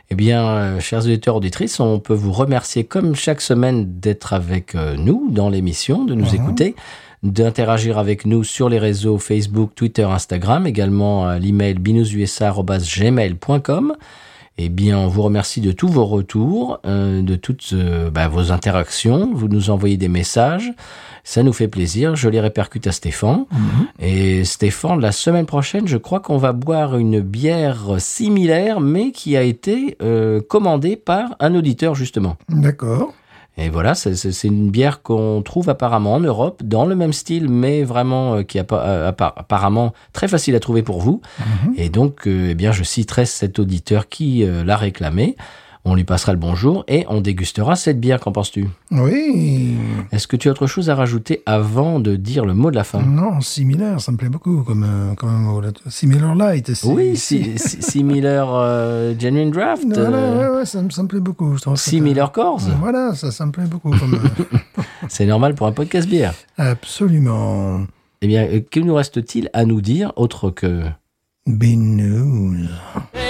Eh bien, euh, chers auditeurs, auditrices, on peut vous remercier comme chaque semaine d'être avec euh, nous dans l'émission, de nous
Mhm.
écouter, d'interagir avec nous sur les réseaux Facebook, Twitter, Instagram, également à l'email binoususa.gmail.com. Eh bien, on vous remercie de tous vos retours, euh, de toutes euh, bah, vos interactions. Vous nous envoyez des messages. Ça nous fait plaisir. Je les répercute à Stéphane. Et Stéphane, la semaine prochaine, je crois qu'on va boire une bière similaire, mais qui a été euh, commandée par un auditeur, justement.
D'accord.
Et voilà, c'est- c'est c'est une bière qu'on trouve apparemment en Europe, dans le même style, mais vraiment euh, qui est apparemment très facile à trouver pour vous.
Mhm.
Et donc, euh, eh bien, je citerai cet auditeur qui euh, l'a réclamé. On lui passera le bonjour et on dégustera cette bière. Qu'en penses-tu
Oui.
Est-ce que tu as autre chose à rajouter avant de dire le mot de la fin
Non, similaire, ça me plaît beaucoup comme, euh, comme un mot. là. Similar light. c'est-
Oui, si, si, similar euh, genuine draft,
Voilà,
euh,
ouais, ouais, ça, me- ça me plaît beaucoup. je trouve que c'est-
similar cores.
Voilà, ça, ça me plaît beaucoup. comme, euh,
C'est normal pour un podcast bière.
absolument.
Eh bien, euh, que nous reste-t-il à nous dire autre que
Big news.
Hey,